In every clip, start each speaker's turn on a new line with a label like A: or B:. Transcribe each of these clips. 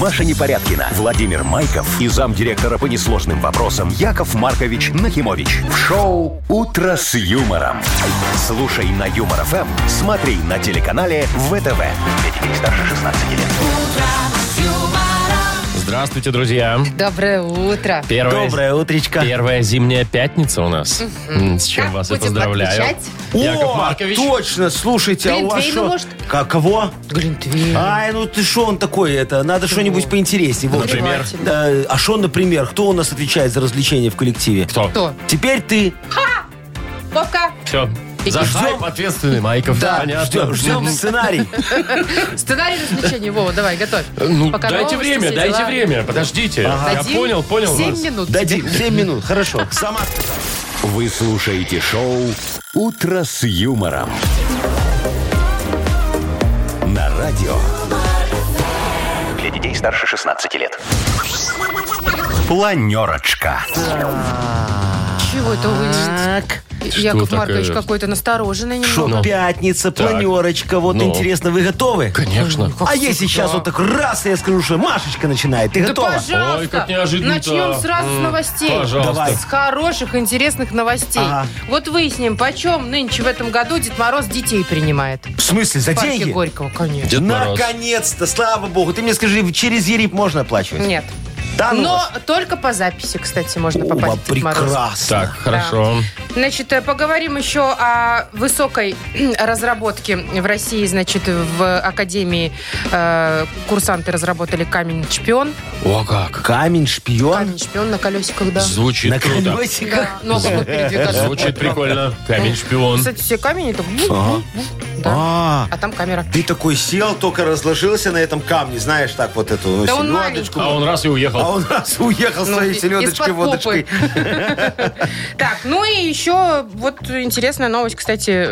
A: Маша Непорядкина, Владимир Майков и замдиректора по несложным вопросам Яков Маркович Нахимович. В шоу «Утро с юмором». Слушай на Юмор ФМ, смотри на телеканале ВТВ. Для детей старше 16 лет.
B: Здравствуйте, друзья.
C: Доброе утро.
B: Первое,
D: Доброе утречко.
B: первая зимняя пятница у нас. М, С чем
C: Как
B: вас и
C: будем
B: поздравляю.
C: отмечать?
B: Яков Маркович.
D: точно, слушайте, а у вас
C: Глинтвейн,
D: что?
C: ну, может?
D: Каково?
C: Глинтвейн.
B: А?
D: Ай, ну ты что он такой, это, надо что-нибудь поинтереснее. Вовчик.
B: Например?
D: Да, а что, например, кто у нас отвечает за развлечения в коллективе?
B: Кто?
C: Кто?
D: Теперь ты.
C: Вовка,
B: Все. За
D: Ждем.
B: хайп ответственный Майков. Понятно. Ну,
D: Ждем, ждем сценарий.
C: сценарий развлечений, Вова, давай, готовь.
B: Ну,
C: Пока
B: дайте
C: новости,
B: время,
C: все
B: дайте
C: дела.
B: время. Подождите. Я
C: Дадим
B: понял, понял
C: Семь
B: вас.
C: минут.
D: Дадим 7 минут, хорошо. Сама.
A: Вы слушаете шоу «Утро с юмором». На радио. Для детей старше 16 лет. Планерочка.
C: Чего это вы? Яков
B: такое?
C: Маркович какой-то настороженный
D: Что,
C: немного.
D: пятница, планерочка, вот
B: Ну.
D: интересно, вы готовы?
B: Конечно.
D: А если сейчас вот так раз, я скажу, что Машечка начинает, ты
C: Да
D: готова?
C: пожалуйста.
B: Ой, как неожиданно.
C: Начнем сразу с
B: М,
C: новостей.
B: Пожалуйста.
D: Давай.
C: С хороших, интересных новостей.
D: Ага.
C: Вот выясним, почем нынче в этом году Дед Мороз детей принимает.
D: В смысле, за
C: В парке
D: деньги?
C: Горького, конечно.
B: Дед Мороз.
D: Наконец-то, слава богу. Ты мне скажи, через Ериб можно оплачивать?
C: Нет.
D: Да ну
C: Но
D: вас.
C: только по записи, кстати, можно
D: Оба,
C: попасть в Дед Мороз.
D: прекрасно.
B: Так, хорошо.
C: Значит, э, поговорим еще о высокой разработке в России. Значит, в Академии э, курсанты разработали камень-шпион.
B: О, как.
D: Камень, шпион.
C: Камень-шпион на колесиках, да.
B: Звучит
D: На
B: круто.
D: колесиках.
C: Ногу будет передвигаться.
B: Звучит прикольно. Камень-шпион.
C: Кстати, все камни так...
D: Ага.
C: Да.
D: А,
C: А там камера.
D: ты такой сел, только разложился на этом камне, знаешь, так вот эту ну,
C: Да он
D: селедочку.
B: А он раз и
D: А
B: уехал.
D: он раз уехал
C: Ну,
D: своей
C: и-
D: селедочкой,
C: из-под
D: водочкой.
C: попы. Так, ну и еще вот интересная новость, кстати,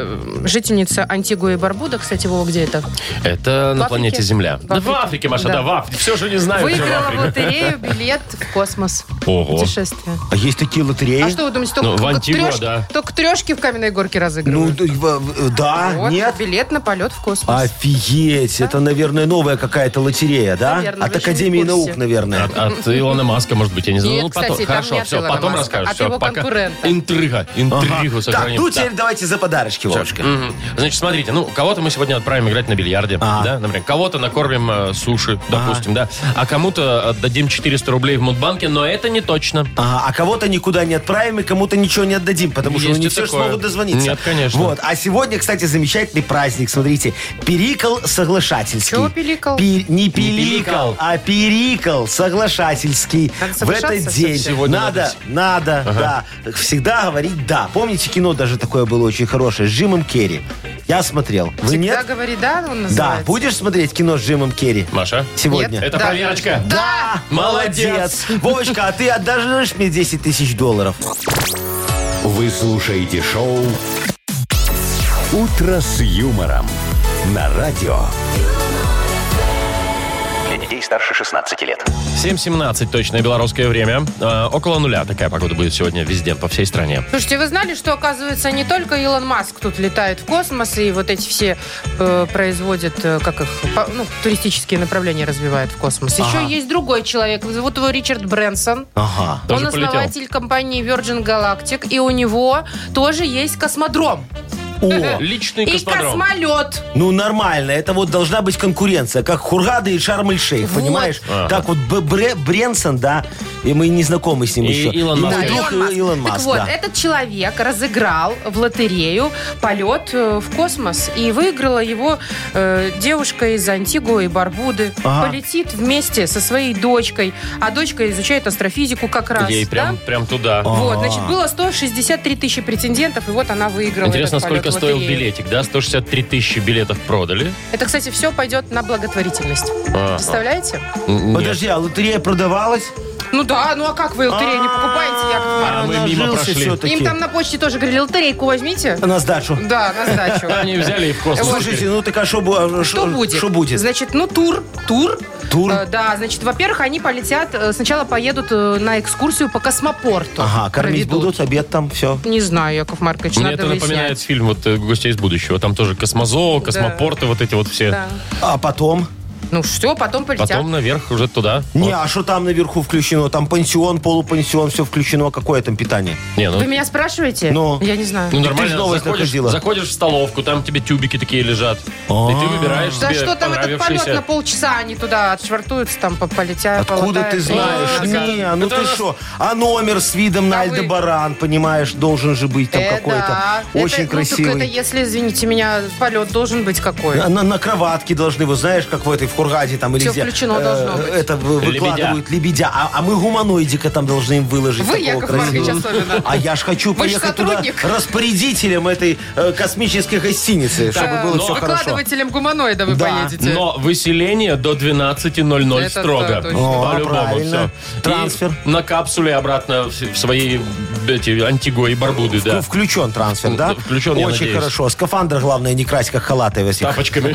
C: жительница Антигуа и Барбуда, кстати, Вова, где это?
B: Это на
C: Африке?
B: планете Земля.
C: В
B: Да В
C: Африке.
B: Африке, Маша, да,
C: Да.
B: в Африке. Все же не знаю, что в
C: Выиграла в
B: Африке.
C: лотерею билет в космос.
B: Ого.
C: Путешествие.
D: А есть такие лотереи?
C: А что вы думаете, только,
B: Ну, в
C: только
B: Антигуа,
C: трешки,
B: да.
C: только трешки в каменной горке
D: Ну,
C: разыгрывают?
D: д- в- в- да,
C: Вот,
D: нет.
C: билет на полет в космос.
D: Офигеть, это, наверное, новая какая-то лотерея, да?
C: Наверное,
D: От
C: вы еще не
D: Академии
C: в курсе.
D: наук, наверное.
B: От, от А, Илона Маска, может быть, я не знаю.
C: Нет,
B: ну,
C: кстати,
B: потом.
C: там
B: Хорошо,
C: не от
B: все,
C: Илона
B: потом
C: Маска,
B: расскажешь.
C: от
B: всё,
C: его
B: пока.
C: конкурента.
B: Интрига. Интригу
D: Так,
B: сохраним.
D: ну
B: Да.
D: теперь давайте за подарочки, Вовчик.
B: Мгм. Значит, смотрите, ну, кого-то мы сегодня отправим играть на бильярде,
D: А.
B: да, например. Кого-то накормим э, суши, допустим, да. А кому-то отдадим 400 рублей в Мудбанке, но это не точно.
D: Ага, а кого-то никуда не отправим и кому-то ничего не отдадим, потому что ну,
B: Есть
D: не
B: и
D: все ж
B: такое.
D: смогут дозвониться.
B: Нет, конечно.
D: Вот. А сегодня, кстати, замечательный праздник. Смотрите, перикол соглашательский.
C: Чего перикол?
D: Пи- не
B: перикол.
D: перикол, а перикол соглашательский.
C: Надо
D: В
C: соглашаться
D: этот день
C: всё-таки?
B: Сегодня
D: надо, надо, да. Всегда говорить да. Помните, кино даже такое было очень хорошее с Джимом Керри. Я смотрел. Вы
C: Всегда
D: нет?
C: говори, да, он
D: Да,
C: называется?
D: будешь смотреть кино с Джимом Керри?
B: Маша,
D: Сегодня.
C: Нет.
B: это
C: Да.
B: проверочка.
C: Да!
B: Молодец.
D: Вовочка, а ты отдашь мне 10 тысяч долларов?
A: Вы слушаете шоу «Утро с юмором» на радио. Для детей старше 16 лет.
B: 7.17 точное белорусское время. Э, около нуля такая погода будет сегодня везде, по всей стране.
C: Слушайте, вы знали, что, оказывается, не только Илон Маск тут летает в космос, и вот эти все э, производят, э, как их, по- ну, туристические направления развивают в космос. Еще есть другой человек, зовут его Ричард Брэнсон.
D: Ага.
B: Тоже
C: он
B: полетел.
C: основатель компании Virgin Galactic, и у него тоже есть космодром.
D: О,
B: Личный
C: и
B: космодром.
C: космолет.
D: ну нормально, это вот должна быть конкуренция, как Хургада и Шарм-эль-Шейх,
C: Вот.
D: понимаешь?
B: Ага.
D: Так вот Б- Бре- Бренсон, да, и мы не знакомы с ним
B: И
D: еще.
B: Илон
D: Его
B: Маск.
D: друг
C: Илон Маск.
D: Илон
C: Так
D: Маск,
C: вот,
D: да.
C: этот человек разыграл в лотерею полет э, в космос и выиграла его э, девушка из Антигуа и Барбуды.
D: Ага.
C: Полетит вместе со своей дочкой, а дочка изучает астрофизику как раз.
B: Ей
C: да?
B: прям, А. прям туда.
C: Вот, значит, было 163 тысячи претендентов, и вот она выиграла.
B: Интересно,
C: этот полет
B: сколько
C: в
B: стоил
C: лотерею.
B: билетик, да? 163 тысячи билетов продали. А.
C: Это, кстати, все пойдет на благотворительность.
B: Ага.
C: Представляете? э?
B: М, нет.
D: Подожди, а лотерея продавалась?
C: Ну да, ну а как вы лотерею не покупаете, Яков
B: А,
C: Маркович?
B: мы мимо
D: Нажился
B: прошли.
D: всё-таки.
C: Им там на почте тоже говорили, лотерейку возьмите.
D: На сдачу.
C: Да, на сдачу.
B: Они взяли и в космос.
D: Слушайте, ну так а что
C: Что будет?
D: Что будет?
C: Значит, ну тур, тур.
D: Тур?
C: Э, да, значит, во-первых, они полетят, э, сначала поедут э, на экскурсию по космопорту.
D: Ага, кормить
C: Проведут.
D: будут, обед там, все.
C: Не знаю, Яков Маркович,
B: Мне
C: ну, надо
B: это напоминает
C: выяснять.
B: фильм вот э, «Гостя из будущего». Там тоже космозоо, космопорты, вот эти вот все.
C: Да.
D: А потом?
C: Ну все, потом полетят.
B: Потом наверх уже туда.
D: Не, а что там наверху включено? Там пансион, полупансион, все включено. Какое там питание?
B: Не, ну,
C: Вы меня спрашиваете?
D: Ну.
C: Я не знаю.
B: ну,
D: ж
B: нормально.
D: новость
B: заходишь,
D: находила.
B: заходишь в столовку, там тебе тюбики такие лежат. И ты выбираешь
C: А. Да
B: себе
C: что там этот полет
B: понравившийся.
C: на полчаса, они туда отшвартуются, там по- Э, полетят,
D: Откуда
C: полетают.
D: ты знаешь?
B: А,
D: Не,
B: такая-
D: ну
B: Это
D: ты
B: у нас-
D: что? А номер с видом на
C: Да вы-
D: Альдебаран, понимаешь, должен же быть там
C: Э, да.
D: какой-то. Очень
C: это, Ну, так
D: красивый. Ну,
C: это если, извините меня, полет должен быть какой.
D: На, на- на кроватке должны, вот знаешь, как в этой в Хургаде там или
C: Всё
D: где, э,
C: включено должно быть.
D: Это вы-
B: Лебедя.
D: выкладывают лебедя. А, а мы гуманоидика там должны им выложить.
C: Вы,
D: такого
C: Яков
D: красивого.
C: Маркович, особенно.
D: А я ж хочу
C: Вы ж
D: поехать туда
C: сотрудник.
D: распорядителем этой э, космической гостиницы, чтобы было
C: Э,
D: все хорошо.
C: Выкладывателем гуманоида вы
D: Да.
C: поедете.
B: Но выселение до 12.00
C: Это
B: строго.
C: да, точно. А,
D: О,
B: По-любому
D: правильно.
B: все.
D: Трансфер.
B: И на капсуле обратно в в свои эти антиго и барбуды,
D: Ну,
B: да.
D: Включен трансфер, да?
B: Ну, включен, я
D: Очень
B: надеюсь.
D: хорошо. Скафандр, главное, не красть, как халаты, если
B: Тапочками.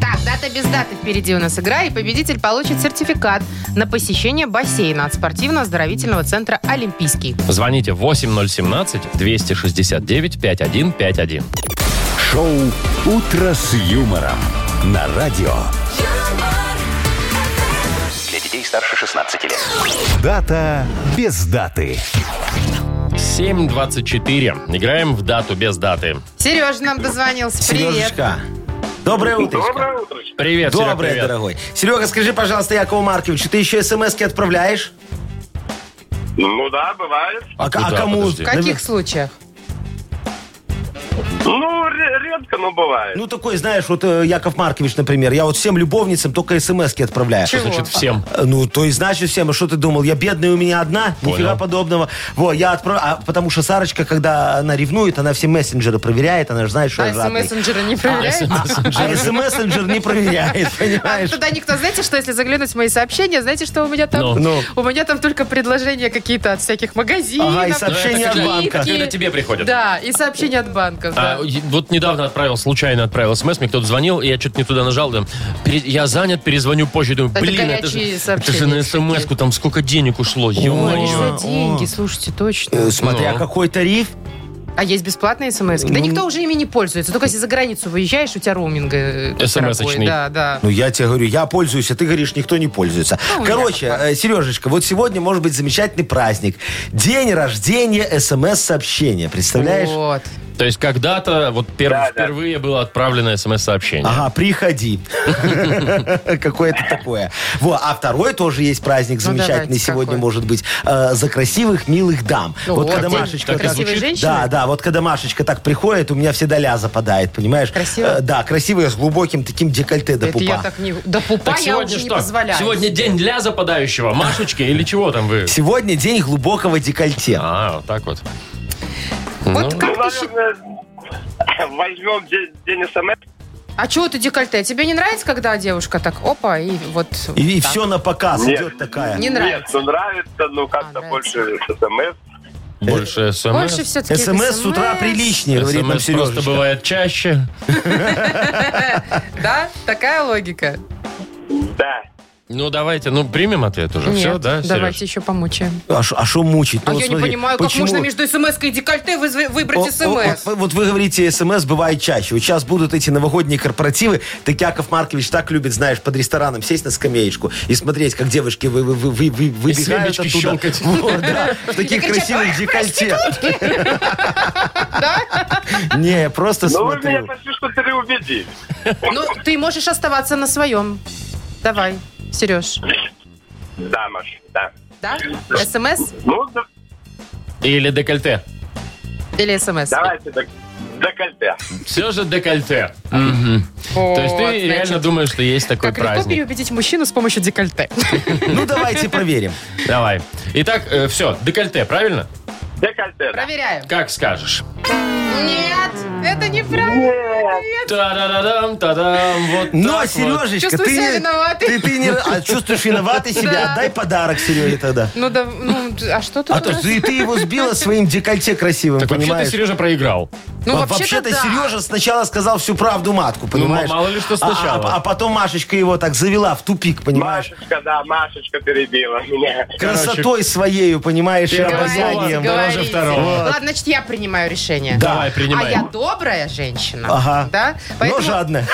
C: Так, дата без даты впереди у нас игра, и победитель получит сертификат на посещение бассейна от спортивно-оздоровительного центра «Олимпийский».
B: Звоните 8017-269-5151.
A: Шоу «Утро с юмором» на радио.
E: Для детей старше 16 лет.
A: Дата без даты.
B: 7.24. Играем в дату без даты.
C: Сережа нам дозвонился. Привет.
D: Сережечка. Доброе утро.
B: Привет, Серег,
D: Доброе,
B: привет.
D: дорогой. Серега, скажи, пожалуйста, Якову Марковичу, ты еще смс-ки отправляешь?
F: Ну да, бывает.
D: А, к- а
B: Куда,
D: кому?
B: подожди.
C: В каких случаях?
F: Ну, ре- редко, но бывает.
D: Ну, такой, знаешь, вот э, Яков Маркович, например, я вот всем любовницам только смс-ки отправляю.
C: Чего?
B: Значит, всем.
D: Э, Ну, то есть, значит, всем, а что ты думал, я бедная, у меня одна? Нифига подобного. Во, я отправляю, потому что Сарочка, когда она ревнует, она все мессенджеры проверяет, она же знает, что
C: А
D: я жадный.
C: мессенджера не проверяет?
D: А смс-мессенджер не проверяет, понимаешь?
C: Туда А, никто, знаете, что если заглянуть в мои сообщения, знаете, что у меня там?
B: Ну.
D: Ну.
C: У меня там только предложения какие-то от всяких магазинов.
D: Ага, и
B: Ну,
D: сообщение
B: это
D: от
B: когда-
D: банка.
B: Когда тебе приходят.
C: Да, и сообщения от банков. да.
B: А, е- вот недавно отправил, случайно отправил смс, мне кто-то звонил, и я что-то не туда нажал. там, «Пере- я занят, перезвоню позже. Думаю,
C: Это
B: блин, это
C: горячие
B: же, это же
C: сообщения
B: на
C: такие.
B: смс-ку, там сколько денег ушло.
C: Ой, за
B: ё-моё.
C: деньги, слушайте, точно.
D: Э, Смотря
B: Ну.
D: какой тариф,
C: А есть бесплатные смс
D: Ну,
C: Да никто уже ими не пользуется. Только если за границу выезжаешь, у тебя роуминг э,
B: SMS-очный.
C: дорогой. Да, да.
D: Ну, я тебе говорю, я пользуюсь, а ты говоришь, никто не пользуется.
C: Ну,
D: Короче, э, Сережечка, вот сегодня может быть замечательный праздник. День рождения СМС-сообщения, представляешь?
C: Вот.
B: То есть когда-то вот пер- впервые было отправлено смс-сообщение.
D: Ага, приходи. Какое-то такое. Во, а второй тоже есть праздник
C: Ну,
D: замечательный
C: давайте,
D: сегодня,
C: какой?
D: может быть. э, За красивых, милых дам.
C: Ну,
D: Вот
C: вот
D: когда
C: день
D: Машечка...
B: так и
D: так-
B: звучит.
C: Красивой женщины?
D: Да, да, вот когда Машечка так приходит, у меня всегда ля западает, понимаешь?
C: Красивая?
D: Э, Да, красивая, с глубоким таким декольте до
C: Это я
D: пупа.
C: так не... До пупа
B: Так
C: я уже
B: сегодня
C: не
B: что?
C: позволяю.
B: Сегодня день для западающего. Машечки или чего там вы?
D: Сегодня день глубокого декольте.
B: А, вот так вот.
D: Э,
C: Вот
F: Ну,
C: как ты счит-
F: наверное, возьмем де- день СМС.
C: А чего ты декольте? Тебе не нравится, когда девушка так, опа, и вот...
D: И, все на показ
F: Нет.
D: идет такая.
C: Не
F: Нет,
C: нравится. А,
F: ну нравится, но как-то
C: нравится.
F: больше СМС.
B: Больше смс.
C: Больше все-таки
D: СМС с утра приличнее, говорит нам
B: СМС просто
D: Сережечка.
B: бывает чаще.
C: Да? Такая логика.
F: Да.
B: Ну, давайте, ну, примем ответ уже.
C: Нет,
B: Все, да, Сереж?
C: давайте еще помучаем.
D: А что мучить?
C: А
D: Ну,
C: я
D: смотри,
C: не понимаю,
D: почему-
C: как можно между смс и декольте вызв-
D: О,
C: выбрать
D: о,
C: смс.
D: о, вот вы говорите, смс бывает чаще. Вот сейчас будут эти новогодние корпоративы. Так Яков Маркович так любит, знаешь, под рестораном сесть на скамеечку и смотреть, как девушки вы, вы, вы, вы- вы- выбегают
B: семечки
D: оттуда.
B: щелкать.
D: Вот, да, в таких красивых декольте. Не, просто
F: Ну, вы меня
D: смотрю.
F: почти что переубедили.
C: Ну, ты можешь оставаться на своем. Давай, Сереж.
F: Да, Маш, да.
C: Да? СМС
F: Ну, да-
B: Или декольте.
C: или СМС?
F: давайте так. Декольте.
B: Все же декольте. Мгм. То есть ты
C: Вот, значит,
B: реально думаешь, что есть такой
C: Как легко
B: праздник.
C: переубедить мужчину с помощью декольте.
D: Ну, давайте проверим.
B: Давай. Итак, все, декольте, правильно?
F: Декольте. да.
C: Проверяем.
B: Как скажешь.
C: Нет, это неправильно.
B: Та-да-да-дам, та-дам, вот
D: Но,
B: так вот.
D: Сережечка,
C: Чувствую
D: ты...
C: себя
D: не-
C: виноватой.
D: Ты, ты не... А чувствуешь виноватый себя?
C: Да.
D: Отдай подарок Сереге тогда.
C: Ну, да, ну, а что тут
D: А
C: у
D: то
C: нас?
D: ты, ты его сбила своим декольте красивым,
B: Так вообще ты,
D: понимаешь?
B: Сережа, проиграл.
C: Ну,
D: Во-
C: вообще-то да.
D: Сережа сначала сказал всю правду матку, понимаешь?
B: м- Ну, мало ли что сначала.
D: А, а- а потом Машечка его так завела в тупик, понимаешь?
F: Машечка, да, Машечка перебила меня.
D: Красотой своею, понимаешь, и
B: первое слово,
C: Говорите,
D: обаянием.
B: дороже
C: говорите.
B: второго.
C: Ладно, значит, я принимаю решение.
B: Давай, принимай.
C: А я добрая женщина.
D: Ага.
C: Да?
D: Но Ну, жадно.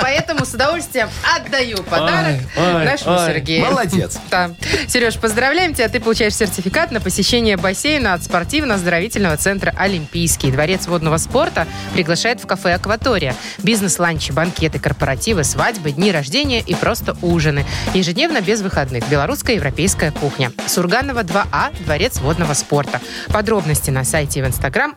C: Поэтому с удовольствием отдаю подарок
B: Ай, ай,
C: нашему
B: ай.
C: Сергею.
D: Молодец.
C: Да. Сереж, поздравляем тебя. Ты получаешь сертификат на посещение бассейна от спортивно-оздоровительного центра «Олимпийский». Дворец водного спорта приглашает в кафе «Акватория». Бизнес-ланчи, банкеты, корпоративы, свадьбы, дни рождения и просто ужины. Ежедневно без выходных. Белорусская и европейская кухня. Сурганова 2А, Дворец водного спорта. Подробности на сайте и в инстаграм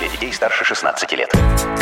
E: Для детей старше 16 лет.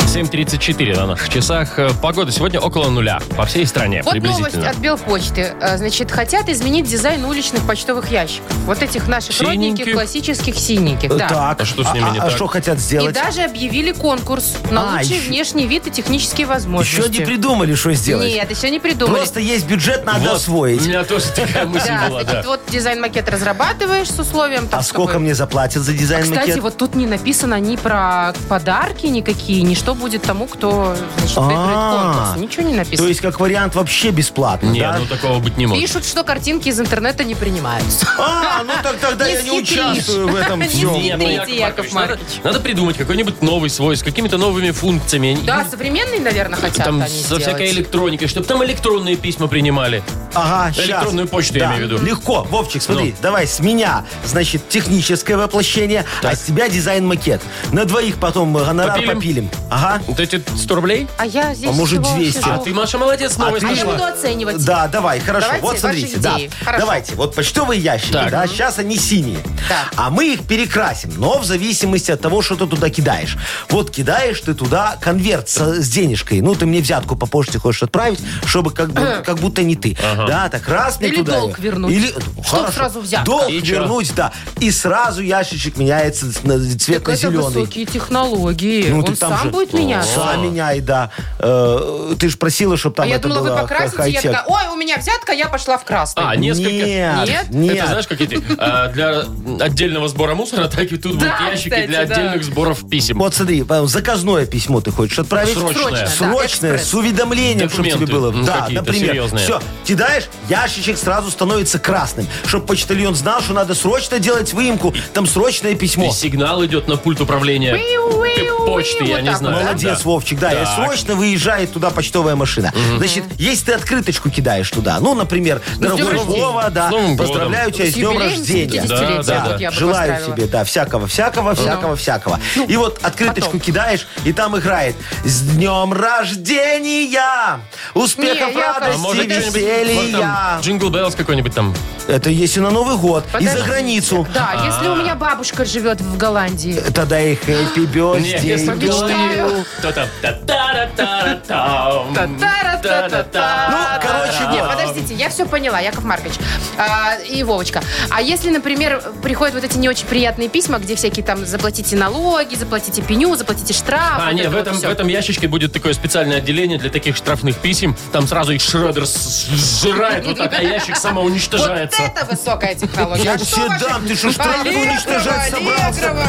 B: 7.34 на наших часах. Э, Погода сегодня около нуля по всей стране
C: Вот новость
B: приблизительно.
C: от Белпочты. А, Значит, хотят изменить дизайн уличных почтовых ящиков. Вот этих наших
B: Синеньких?
C: родненьких, классических синеньких. Да.
D: Так.
B: А что с ними не
D: а,
B: так?
D: что хотят
C: И
D: сделать?
C: даже объявили конкурс на
D: А,
C: лучший
D: еще-
C: внешний вид и технические
D: Еще
C: возможности.
D: не придумали, что сделать.
C: Нет, еще не придумали.
D: Просто есть бюджет, надо
B: Вот. У
D: освоить.
B: меня тоже такая мысль
C: Да,
B: была,
C: значит,
B: да.
C: вот дизайн-макет разрабатываешь с условием. так,
D: А сколько
C: чтобы-
D: мне заплатят за дизайн
C: А, Кстати,
D: макет?
C: вот тут не написано ни про подарки никакие, ни что будет тому, кто значит, выиграет
D: А.
C: конкурс. Ничего не написано.
D: То есть, как вариант, вообще бесплатно,
B: Не,
D: да?
B: ну такого быть не может.
C: Пишут, что картинки из интернета не принимаются.
D: А, ну так тогда
C: Не
D: я не
C: схитришь.
D: участвую в этом
C: Не
D: всем.
C: схитришь.
B: Нет, ну,
C: Смотрите, Яков
B: надо-
C: Маркович.
B: Надо, придумать какой-нибудь новый свой, с какими-то новыми функциями.
C: Да,
B: Ну,
C: современные, наверное, хотят
B: там
C: они
B: со всякой
C: сделать.
B: электроникой, чтобы там электронные письма принимали.
D: Ага, щас.
B: Электронную почту, я имею в виду.
D: Легко. Вовчик, смотри,
B: Ну.
D: давай с меня, значит, техническое воплощение, а с тебя дизайн-макет. На двоих потом гонорар
B: Попилим?
D: попилим. Ага.
B: Вот эти 100 рублей?
C: А я здесь
D: А может,
C: всего-
D: 200?
C: всего-
B: А ты, Маша, молодец, новость
C: А
D: ты-
C: я буду
B: нашла.
C: оценивать.
D: Да, давай, хорошо.
C: Давайте
D: вот смотрите,
C: ваши
D: да.
C: идеи. Хорошо.
D: Давайте, вот почтовые ящики,
B: Так.
D: да, сейчас они синие.
C: Так.
D: А мы их перекрасим, но в зависимости от того, что ты туда кидаешь. Вот кидаешь ты туда конверт со- с, денежкой. Ну, ты мне взятку по почте хочешь отправить, чтобы как, бы, как будто не ты. Да, так раз мне
C: Или
D: туда.
C: долг вернуть.
D: Или ну,
C: Чтоб
D: хорошо.
C: сразу взятка.
D: Долг
B: И чё?
D: вернуть, да. И сразу ящичек меняется на цвет
C: Так
D: на
C: это
D: зеленый.
C: высокие технологии.
D: Ну, ты
C: Он
D: там
C: сам
D: же-
C: будет меняться.
D: Сам меняй, да. Э, Ты же просила, чтобы там
C: А я
D: это
C: думала, вы
D: было
C: покрасите. Я
D: хай-тек.
C: такая, ой, у меня взятка, я пошла в красный.
B: А, несколько...
D: Нет,
C: Нет?
D: нет.
B: Это знаешь, как эти, а, для отдельного сбора мусора, так и тут
C: Да,
B: будут ящики
C: кстати,
B: для
C: да.
B: отдельных сборов писем.
D: Вот смотри, по- заказное письмо ты хочешь отправить.
B: Срочное.
D: Срочное,
C: да, экспресс.
D: с уведомлением, чтобы тебе
B: Документы,
D: было.
B: ну,
D: да,
B: какие-то
D: например.
B: серьезные.
D: Все, кидаешь, ящичек сразу становится красным, чтобы почтальон знал, что надо срочно делать выемку, там срочное
B: И
D: письмо.
B: сигнал идет на пульт управления Типа
C: Уиу-уиу-уиу,
B: почты, я
C: вот
B: не
C: так
B: знаю.
C: вот, да?
D: Молодец, Вовчик, да, и
B: Так.
D: срочно выезжает туда почтовая машина. Значит, если ты открыточку кидаешь туда, ну, например, дорогой
B: рождения.
D: Вова,
B: С
D: да,
B: Новым годом.
D: поздравляю тебя с,
C: С
D: днем
C: юбилеем
D: рождения.
C: 70-летия
B: Да,
C: вот
B: да.
C: я бы
D: Желаю
C: поставила.
D: тебе, да, всякого,
B: Ну.
D: всякого, всякого, всякого. и вот открыточку
C: потом.
D: кидаешь, и там играет «С днем рождения! Успехов,
C: Не, я
B: А
D: радости,
C: хочу.
B: может, что-нибудь, может,
D: веселья!»
B: там, Джингл Беллс какой-нибудь там.
D: Это если на Новый год и за
C: Подождите.
D: границу.
C: Да, если у меня бабушка живет в Голландии.
D: Тогда и «Happy
B: Нет, если в
D: birthday, to you».
B: Голландии, то там та-та-ра-та-ра-там.
C: Та-та-ра-та-та-та.
D: Ну, короче,
C: Нет,
D: вот.
C: подождите, я все поняла, Яков Маркович А, и Вовочка. А если, например, приходят вот эти не очень приятные письма, где всякие там заплатите налоги, заплатите пеню, заплатите штраф.
B: А,
C: вот
B: нет,
C: это
B: в
C: вот
B: этом, в
C: всё.
B: этом ящичке будет такое специальное отделение для таких штрафных писем. Там сразу их Шредер с- с- сжирает вот так, а ящик
C: Вот
B: самоуничтожается.
C: это высокая технология.
D: Я
C: А что
D: тебе
C: ваше-
D: дам, ты что, штрафы
C: Аллегрова,
D: уничтожать собрался? Ну,
C: Аллегрова.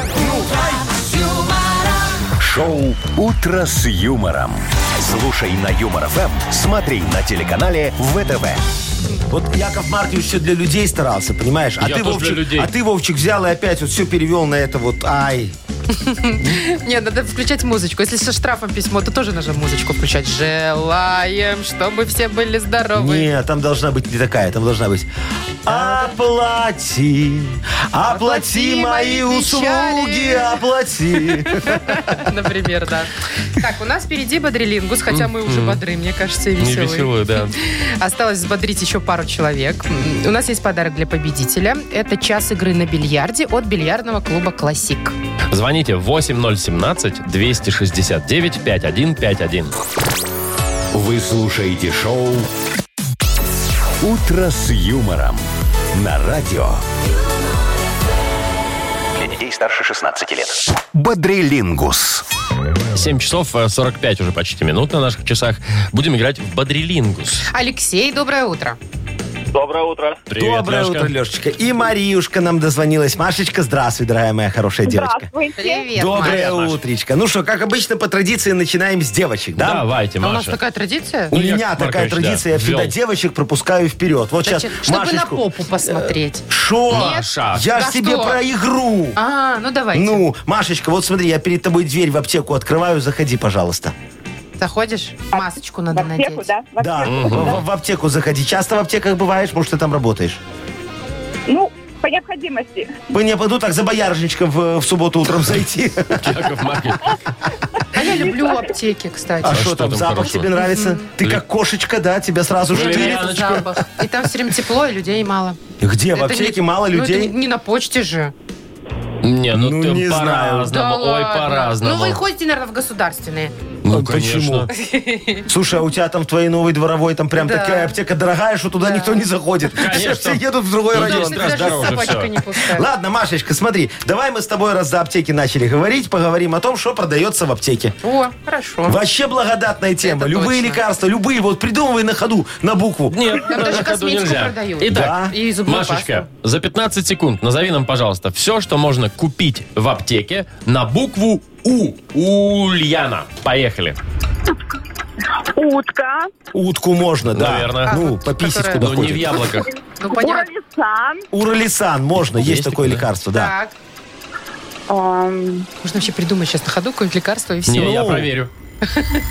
A: Шоу «Утро с юмором». Слушай на Юмор ФМ, смотри на телеканале ВТВ.
D: Вот Яков Маркович все для людей старался, понимаешь? А,
B: Я
D: ты,
B: тоже
D: Вовчик,
B: для людей.
D: а ты, Вовчик, взял и опять вот все перевел на это вот «Ай».
C: Не, надо включать музычку. Если со штрафом письмо, то тоже нужно музычку включать. Желаем, чтобы все были здоровы.
D: Не, там должна быть не такая, там должна быть «Оплати, оплати
C: Оплати
D: мои
C: мои
D: услуги,
C: печали».
D: оплати».
C: Например, да. Так, у нас впереди бодрилингус, хотя мы уже бодры, мне кажется, и
B: Не
C: веселые.
B: веселую, да.
C: Осталось взбодрить еще пару человек. М, У нас есть подарок для победителя. Это час игры на бильярде от бильярдного клуба «Классик».
B: Звоните 8017-269-5151.
A: Вы слушаете шоу «Утро с юмором» на радио
E: Для детей старше 16 лет.
A: «Бодрилингус».
B: 7 часов э, 45 уже почти минут на наших часах. Будем играть в Бодрилингус.
C: Алексей, доброе утро.
F: Доброе утро.
B: Привет,
D: Доброе
B: Лёшка.
D: утро, Лешечка. И Мариюшка нам дозвонилась. Машечка, здравствуй, дорогая моя хорошая девочка.
G: Здравствуйте.
C: Привет,
D: Доброе
B: Маш.
D: утречко. Ну что, как обычно, по традиции начинаем с девочек, да?
B: Давайте,
C: А у нас
B: Маша.
C: такая традиция?
D: У
B: Ну,
D: меня
B: Яков
D: такая
B: Маркович,
D: традиция, я
B: да,
D: всегда
B: ввел.
D: девочек пропускаю вперед. Вот сейчас
C: Зачем? Чтобы
D: Машечку. Э,
C: на попу посмотреть.
D: Шо?
B: Маша.
D: Я ж
C: Да
D: тебе
C: что?
D: про игру.
C: А, ну давайте.
D: Ну, Машечка, вот смотри, я перед тобой дверь в аптеку открываю, заходи, пожалуйста.
C: Заходишь, масочку
G: В
C: надо
G: аптеку,
C: надеть.
G: да? В
D: Да,
G: аптеку.
D: в- в- в аптеку заходи. Часто в аптеках бываешь, может, ты там работаешь.
G: Ну, по необходимости.
D: Мне пойду так за боярышничком в, в субботу утром зайти.
B: Яков Маркович.
C: А я люблю аптеки, кстати.
D: А
B: А
D: что
B: что
D: там,
B: там
D: запах
B: хорошего? Ну,
D: тебе нравится? Ты как кошечка, да, тебя сразу
C: Я люблю
D: штырит.
C: этот
B: Яночка.
C: запах. И там все время тепло, и людей мало.
D: Где? В
C: Это
D: аптеке
C: не-
D: мало
C: ну, это
D: людей?
C: не на почте же.
B: Не, ну,
D: Ну,
B: ты
D: не знаю.
B: по-разному. Ой,
C: ладно.
B: по-разному.
C: Ну вы ходите, наверное, в государственные.
B: Ну,
D: Почему?
B: конечно.
D: Слушай, а у тебя там в твоей новой дворовой там прям
C: Да.
D: такая аптека дорогая, что туда никто не заходит.
B: Конечно.
D: Все, все едут в другой
B: Ну,
D: район.
B: да,
C: Кстати, даже
B: здорово
C: с
B: же
C: собачкой
B: всё.
C: не пускают.
D: Ладно, Машечка, смотри, давай мы с тобой, раз за аптеки начали говорить, поговорим о том, что продается в аптеке.
C: О, хорошо.
D: Вообще благодатная тема.
C: Это
D: любые
C: точно.
D: лекарства, любые, вот придумывай на ходу, на букву.
B: Нет,
C: Там даже
B: на ходу
C: косметику
B: нельзя.
C: продают.
B: Итак,
D: Да.
C: И зубную
B: Машечка, за 15 секунд назови нам, пожалуйста, все, что можно купить в аптеке на букву У. Ульяна. Поехали.
G: Утка,
D: Утку можно, да.
B: Наверное.
D: Ну, пописить
C: А, которая-
D: куда
B: Ну, не в
D: хочешь.
B: яблоках.
C: пасту. Ну, понятно.
G: уралисан,
D: Уралисан можно, есть,
B: Есть такое,
D: такое
B: да?
D: лекарство, да.
C: Так.
G: эм,
C: Можно вообще придумать сейчас на ходу какое-нибудь лекарство и все.
B: Не, я
D: Ну.
B: проверю.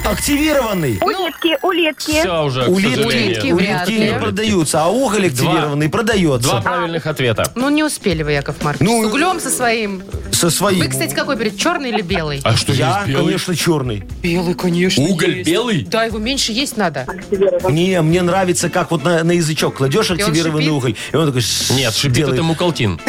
D: Активированный.
G: улитки, улитки.
B: Все уже, к
D: Улитки,
B: сожалению.
C: вряд
D: улитки не
C: ли.
D: продаются, а уголь активированный продается.
B: Два
C: А.
B: правильных ответа.
C: Ну, не успели вы, Яков Маркович.
D: Ну,
C: с углем со своим.
D: Со своим.
C: Вы, кстати, какой берете, черный или белый?
B: А что
D: Я,
B: есть белый?
D: конечно, черный.
C: Белый, конечно,
B: Уголь белый?
C: Да, его меньше есть надо.
D: Не, мне нравится, как вот на, на язычок кладешь активированный
C: шипит?
D: уголь, и он такой... «Шш»,
B: Нет, шипит
D: делает.
B: это мукалтин.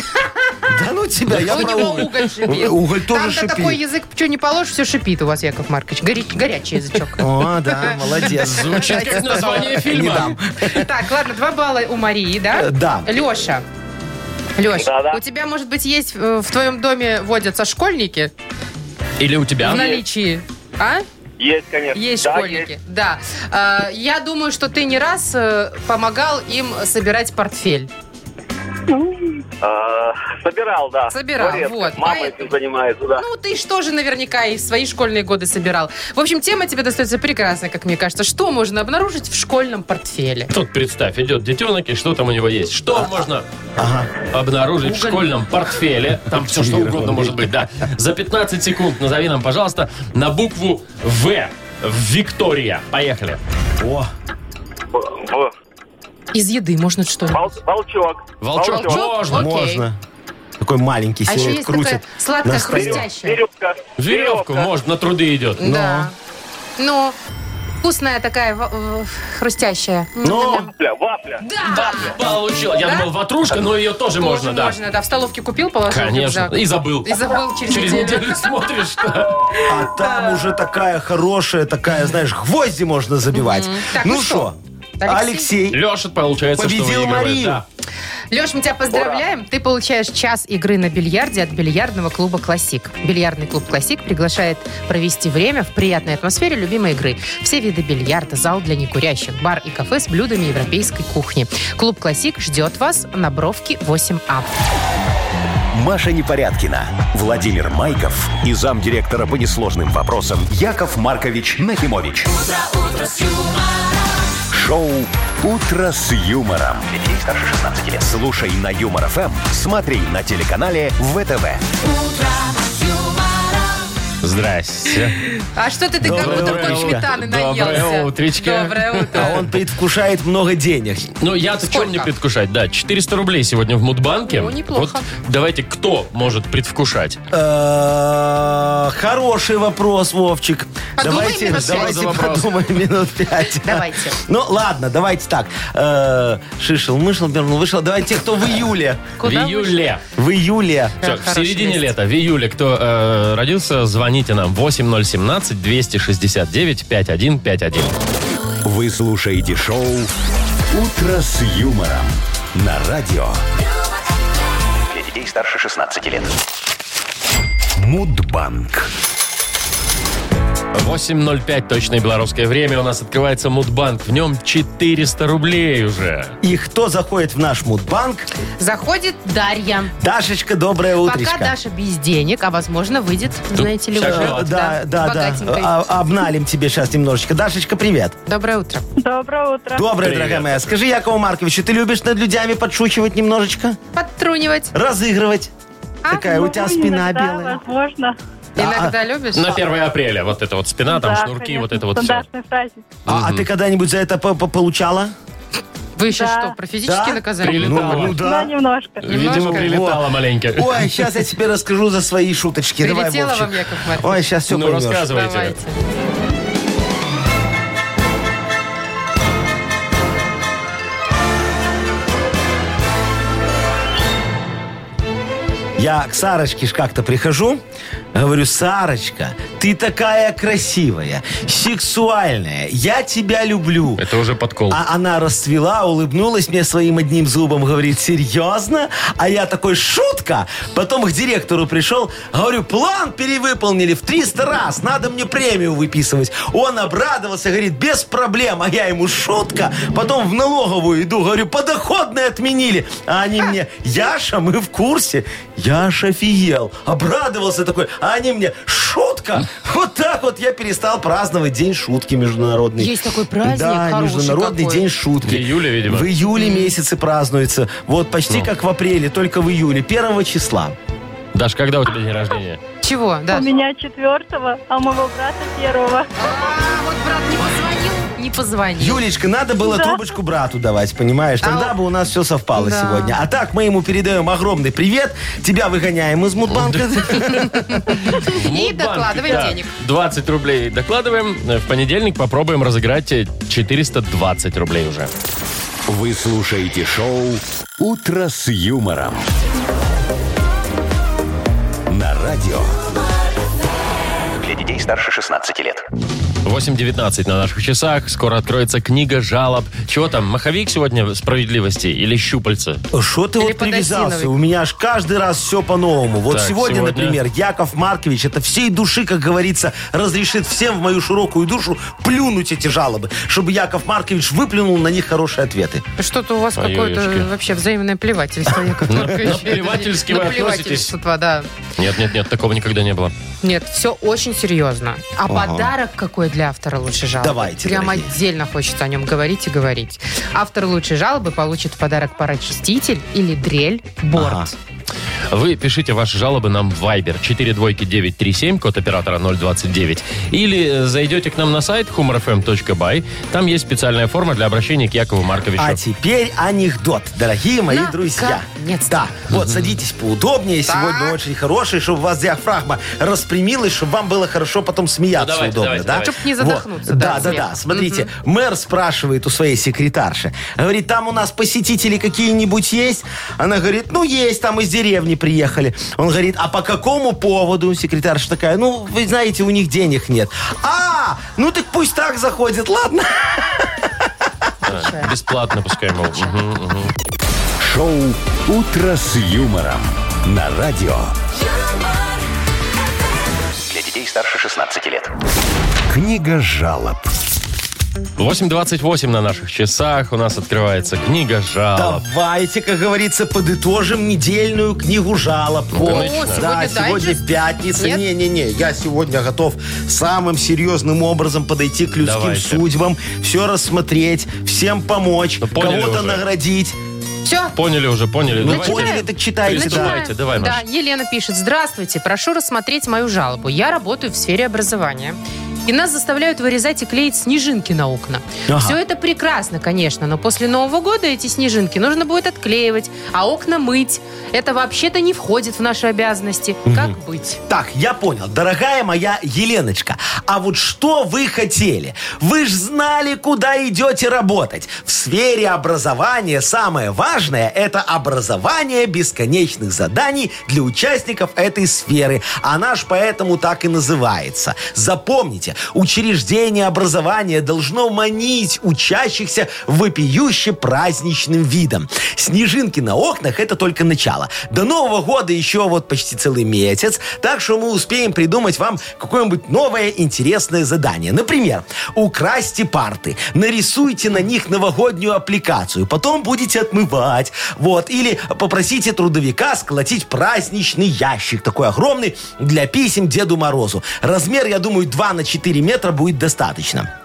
D: Да ну тебя, я
C: у
D: про
C: него
D: уголь. Э,
C: уголь шипит.
D: Уголь тоже
C: Там-то
D: шипит.
C: такой язык, что не положишь, все шипит у вас, Яков Маркович. Гори- горячий язычок.
D: О, да, молодец.
B: Звучит как название
D: Не
B: фильма.
D: дам.
C: Так, ладно, два балла у Марии, да?
D: Э, да.
C: Леша. Леш,
F: Да-да.
C: у тебя, может быть, есть э, в твоем доме водятся школьники
B: Или у тебя?
C: в наличии? А?
F: Есть, конечно.
C: Есть
F: Да,
C: школьники, да. А, я думаю, что ты не раз э, помогал им собирать портфель.
F: А, собирал, да.
C: Собирал,
F: Но редко.
C: вот,
F: Мама
C: поэтому.
F: этим занимается, да.
C: Ну, ты что же тоже наверняка и в свои школьные годы собирал. В общем, тема тебе достается прекрасная, как мне кажется. Что можно обнаружить в школьном портфеле?
B: Тут представь, идет детенок, и что там у него есть? Что можно обнаружить в школьном портфеле? Там все что угодно может быть, да. За 15 секунд назови нам, пожалуйста, на букву В. Виктория. Поехали.
D: О,
C: Ну,
F: В- в-
C: Из еды можно что? ли?
F: вол- волчок.
B: Волчок,
C: Волчок?
B: можно.
C: Окей.
D: можно. Такой маленький
C: А еще
D: сидит,
C: есть такая
D: крутит.
C: сладкая
D: на столе.
C: хрустящая.
F: Веревка.
B: Веревку, может, на труды идет.
C: Да. Ну, вкусная такая во- э, хрустящая.
D: Ну,
F: Вафля, вафля.
C: Да,
B: Получил. Я
C: Да?
B: думал, ватрушка, но ее тоже
C: тоже
B: можно, да.
C: можно, да. В столовке купил, положил в
B: Конечно.
C: рюкзак.
B: И забыл.
C: И забыл через,
B: Через
C: неделю.
B: неделю смотришь. да.
D: а там уже такая хорошая, такая, знаешь, гвозди можно забивать.
C: Так,
D: Ну
C: ну
D: что,
C: Алексей?
D: Алексей
B: Леша, получается, что
D: победил
B: выигрывает,
D: Марию.
B: да.
C: Леш, мы тебя поздравляем. Ты получаешь час игры на бильярде от бильярдного клуба «Классик». Бильярдный клуб «Классик» приглашает провести время в приятной атмосфере любимой игры. Все виды бильярда, зал для некурящих, бар и кафе с блюдами европейской кухни. Клуб «Классик» ждет вас на Бровке А. 8А.
A: Маша Непорядкина, Владимир Майков и замдиректора по несложным вопросам Яков Маркович Нахимович. Шоу Утро с юмором. Для детей старше 16 лет. Слушай на юмор ФМ, смотри на телеканале ВТВ.
B: Здрасте.
C: А что ты, ты
B: Ну,
C: как
D: Доброе
C: будто
D: утро.
C: кофе сметаны
B: Доброе
C: наелся?
B: утречко.
C: Доброе утро.
D: э, А он предвкушает много денег.
B: Ну, я-то чем
C: Сколько?
B: мне предвкушать? Да, 400 рублей сегодня в Мудбанке.
C: О, неплохо.
B: Вот давайте, кто может предвкушать?
D: Э, Хороший вопрос, Вовчик.
C: Подумай
D: Давайте,
C: минут пять.
D: давайте
B: За вопрос.
D: подумаем минут пять.
C: Давайте.
D: Ну ладно, давайте так. Э, Шишел, мышел, вернул, вышел. Давайте, кто в июле.
C: Куда
B: в
C: вы?
B: июле.
D: В июле.
B: Всё,
C: Так,
B: в
C: хороший
B: середине
C: месяц.
B: лета, в июле, кто э, родился, звоните нам 8017-269-5151.
A: Вы слушаете шоу Утро с юмором на радио
E: Для детей старше 16 лет.
A: Мудбанк.
B: 8.05 точное белорусское время. У нас открывается Мудбанк. В нем 400 рублей уже.
D: И кто заходит в наш мудбанк?
C: Заходит Дарья.
D: Дашечка, доброе
C: Пока
D: утречко.
C: Даша без денег, а возможно выйдет, знаете ли,
B: вся
C: вы.
B: жила.
D: Э, Да, да, да.
C: богатенькой.
D: А- обналим тебе сейчас немножечко. Дашечка, привет.
C: Доброе утро.
G: Доброе утро.
D: Доброе,
B: Привет,
D: дорогая моя. Скажи, Якову Марковичу, ты любишь над людьми подшучивать немножечко?
C: Подтрунивать.
D: Разыгрывать?
C: А,
D: Такая у тебя
G: Ну,
D: спина
G: иногда,
D: белая.
G: возможно.
C: Иногда любишь?
B: На 1 апреля вот это вот спина, А там
G: Да,
B: шнурки,
G: конечно,
B: вот это вот все.
G: стандартный праздник.
D: А, а ты когда-нибудь за это по- по- получала?
C: Вы еще
G: Да.
C: что, про физические
D: Да?
C: наказания?
B: Прилетала.
D: Ну, ну
G: Да,
D: да.
G: немножко.
B: Видимо,
C: Немножко.
B: прилетала маленько.
D: Ой, сейчас я тебе расскажу за свои шуточки. Давай,
C: Прилетела вам,
D: Вовчик.
C: Яков Маркович?
D: Ой, сейчас все
B: Ну, рассказывайте.
C: Давайте.
D: Я к Сарочке ж как-то прихожу, говорю, Сарочка, ты такая красивая, сексуальная, я тебя люблю.
B: Это уже подкол.
D: А она расцвела, улыбнулась мне своим одним зубом, говорит, серьезно? А я такой, шутка? Потом к директору пришел, говорю, план перевыполнили в 300 раз, надо мне премию выписывать. Он обрадовался, говорит, без проблем, а я ему, шутка? Потом в налоговую иду, говорю, подоходные отменили. А они мне, Яша, мы в курсе. Яша офигел, обрадовался такой, а они мне, шутка? Вот так вот я перестал праздновать День шутки международный.
C: Есть такой праздник
D: Да,
C: хороший
D: Международный
C: какой.
D: день шутки.
B: В июле, видимо. Ну.
D: В июле месяце празднуется. Вот почти как в апреле, только в июле, первого числа.
B: Даш, когда у тебя день рождения?
C: Чего, да?
G: У меня четвертого, а у моего брата первого.
C: А, вот брат не позвонил? Не позвонил.
D: Юлечка, надо было
G: Да.
D: трубочку брату давать, понимаешь? Тогда
C: А,
D: бы у нас все совпало
C: да.
D: сегодня. А так мы ему передаем огромный привет. Тебя выгоняем из Мудбанка.
B: ну,
C: И докладываем
B: Да.
C: денег.
B: 20 рублей докладываем. В понедельник попробуем разыграть э, 420 рублей уже.
A: Вы слушаете шоу «Утро с юмором». На радио.
E: Для детей старше 16 лет.
B: 8.19 на наших часах. Скоро откроется книга жалоб. Чего там, маховик сегодня справедливости или щупальца?
D: Что ты
C: Или
D: вот привязался?
C: подосиновый.
D: У меня аж каждый раз все по-новому. Вот
B: Так,
D: сегодня,
B: сегодня?
D: например, Яков Маркович это всей души, как говорится, разрешит всем в мою широкую душу плюнуть эти жалобы, чтобы Яков Маркович выплюнул на них хорошие ответы.
C: Что-то у вас
B: Ой, ёшки.
C: какое-то вообще взаимное плевательство, Яков Маркович.
B: наплевательски вы
C: Наплевательство, да.
B: Нет, нет, нет, такого никогда не было.
C: Нет, все очень серьезно. А подарок какой для автора лучшей жалобы?
D: Давайте,
C: Прям
D: дорогие.
C: отдельно хочется о нем говорить и говорить. Автор лучшей жалобы получит в подарок парочиститель или дрель борт.
D: Ага.
B: Вы пишите ваши жалобы нам в Viber 42937, код оператора 029. Или э, зайдете к нам на сайт humorfm.by. Там есть специальная форма для обращения к Якову Марковичу.
D: А теперь анекдот, дорогие мои друзья.
C: Наконец-то.
D: Да, вот садитесь поудобнее. Сегодня очень хороший, чтобы у вас диафрагма распрямилась, чтобы вам было хорошо потом смеяться
B: Ну, давайте,
D: удобно,
B: давайте,
D: да?
B: давайте.
C: Чтоб не задохнуться,
D: Вот.
C: да,
D: Да,
C: от
D: да,
C: смеха.
D: да. Смотрите, мэр спрашивает у своей секретарши. Говорит, там у нас посетители какие-нибудь есть? Она говорит, ну есть, там из деревни приехали. Он говорит, а по какому поводу? Секретарша такая, ну, вы знаете, у них денег нет. А, ну так пусть так заходит, ладно?
B: Да, Бесплатно пускай, мол. Мгм.
A: Шоу «Утро с юмором». На радио.
E: Для детей старше 16 лет.
A: Книга жалоб.
B: 8.28 на наших часах. У нас открывается книга жалоб.
D: Давайте, как говорится, подытожим недельную книгу жалоб.
B: Ну,
D: Вот.
C: конечно.
D: да,
C: О, сегодня
D: сегодня
C: дайджест?
D: пятница.
C: Нет?
D: Не-не-не, я сегодня готов самым серьезным образом подойти к людским
B: Давайте.
D: судьбам, все рассмотреть, всем помочь,
B: Ну, поняли
D: кого-то
B: уже.
D: наградить.
C: Все,
B: Поняли уже, поняли.
D: Ну,
B: Давайте.
D: поняли, так читайте.
B: Приступайте. Давайте,
D: да.
B: давай,
C: Да,
B: Маш.
C: Елена пишет. Здравствуйте, прошу рассмотреть мою жалобу. Я работаю в сфере образования. И нас заставляют вырезать и клеить снежинки на окна.
D: Ага.
C: Все это прекрасно, конечно, но после Нового года эти снежинки нужно будет отклеивать, а окна мыть. Это вообще-то не входит в наши обязанности. Как быть?
D: Так, я понял. Дорогая моя Еленочка, а вот что вы хотели? Вы ж знали, куда идете работать. В сфере образования самое важное – это образование бесконечных заданий для участников этой сферы. Она ж поэтому так и называется. Запомните, Понимаете? Учреждение образования должно манить учащихся вопиюще праздничным видом. Снежинки на окнах – это только начало. До Нового года еще вот почти целый месяц, так что мы успеем придумать вам какое-нибудь новое интересное задание. Например, украсьте парты, нарисуйте на них новогоднюю аппликацию, потом будете отмывать. Вот. Или попросите трудовика сколотить праздничный ящик, такой огромный, для писем Деду Морозу. Размер, я думаю, 2 на 4 метра будет достаточно.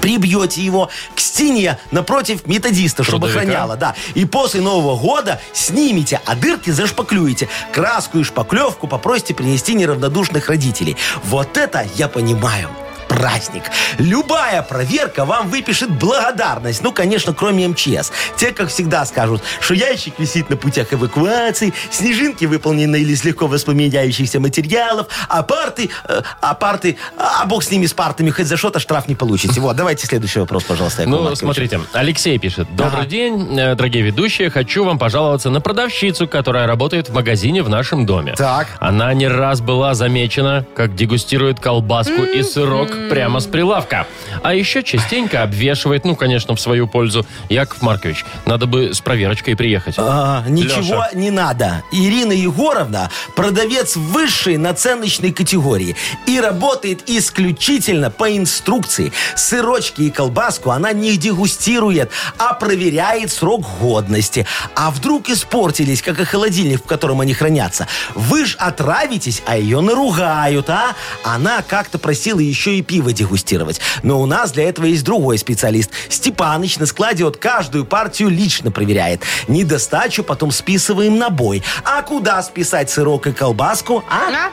D: Прибьете его к стене напротив методиста, чтобы
B: Трудовика?
D: охраняло, да. И после Нового года снимите, а дырки зашпаклюете. Краску и шпаклевку попросите принести неравнодушных родителей. Вот это я понимаю праздник. Любая проверка вам выпишет благодарность. Ну, конечно, кроме МЧС. Те, как всегда, скажут, что ящик висит на путях эвакуации, снежинки выполнены или из легко воспламеняющихся материалов, а парты, э, а парты, а бог с ними, с партами, хоть за что-то штраф не получите. Вот, давайте следующий вопрос, пожалуйста. Яков
B: Ну,
D: Маркович.
B: смотрите, Алексей пишет. Добрый день, э, дорогие ведущие. Хочу вам пожаловаться на продавщицу, которая работает в магазине в нашем доме.
D: Так.
B: Она не раз была замечена, как дегустирует колбаску и сырок прямо с прилавка. А еще частенько обвешивает, ну, конечно, в свою пользу. Яков Маркович, надо бы с проверочкой приехать.
D: А, ничего
B: Лёша.
D: не надо. Ирина Егоровна продавец высшей наценочной категории и работает исключительно по инструкции. Сырочки и колбаску она не дегустирует, а проверяет срок годности. А вдруг испортились, как и холодильник, в котором они хранятся. Вы ж отравитесь, а ее наругают, а? Она как-то просила еще и пиво дегустировать. Но у нас для этого есть другой специалист. Степаныч на складе вот каждую партию лично проверяет. Недостачу потом списываем на бой. А куда списать сырок и колбаску, а?
C: На?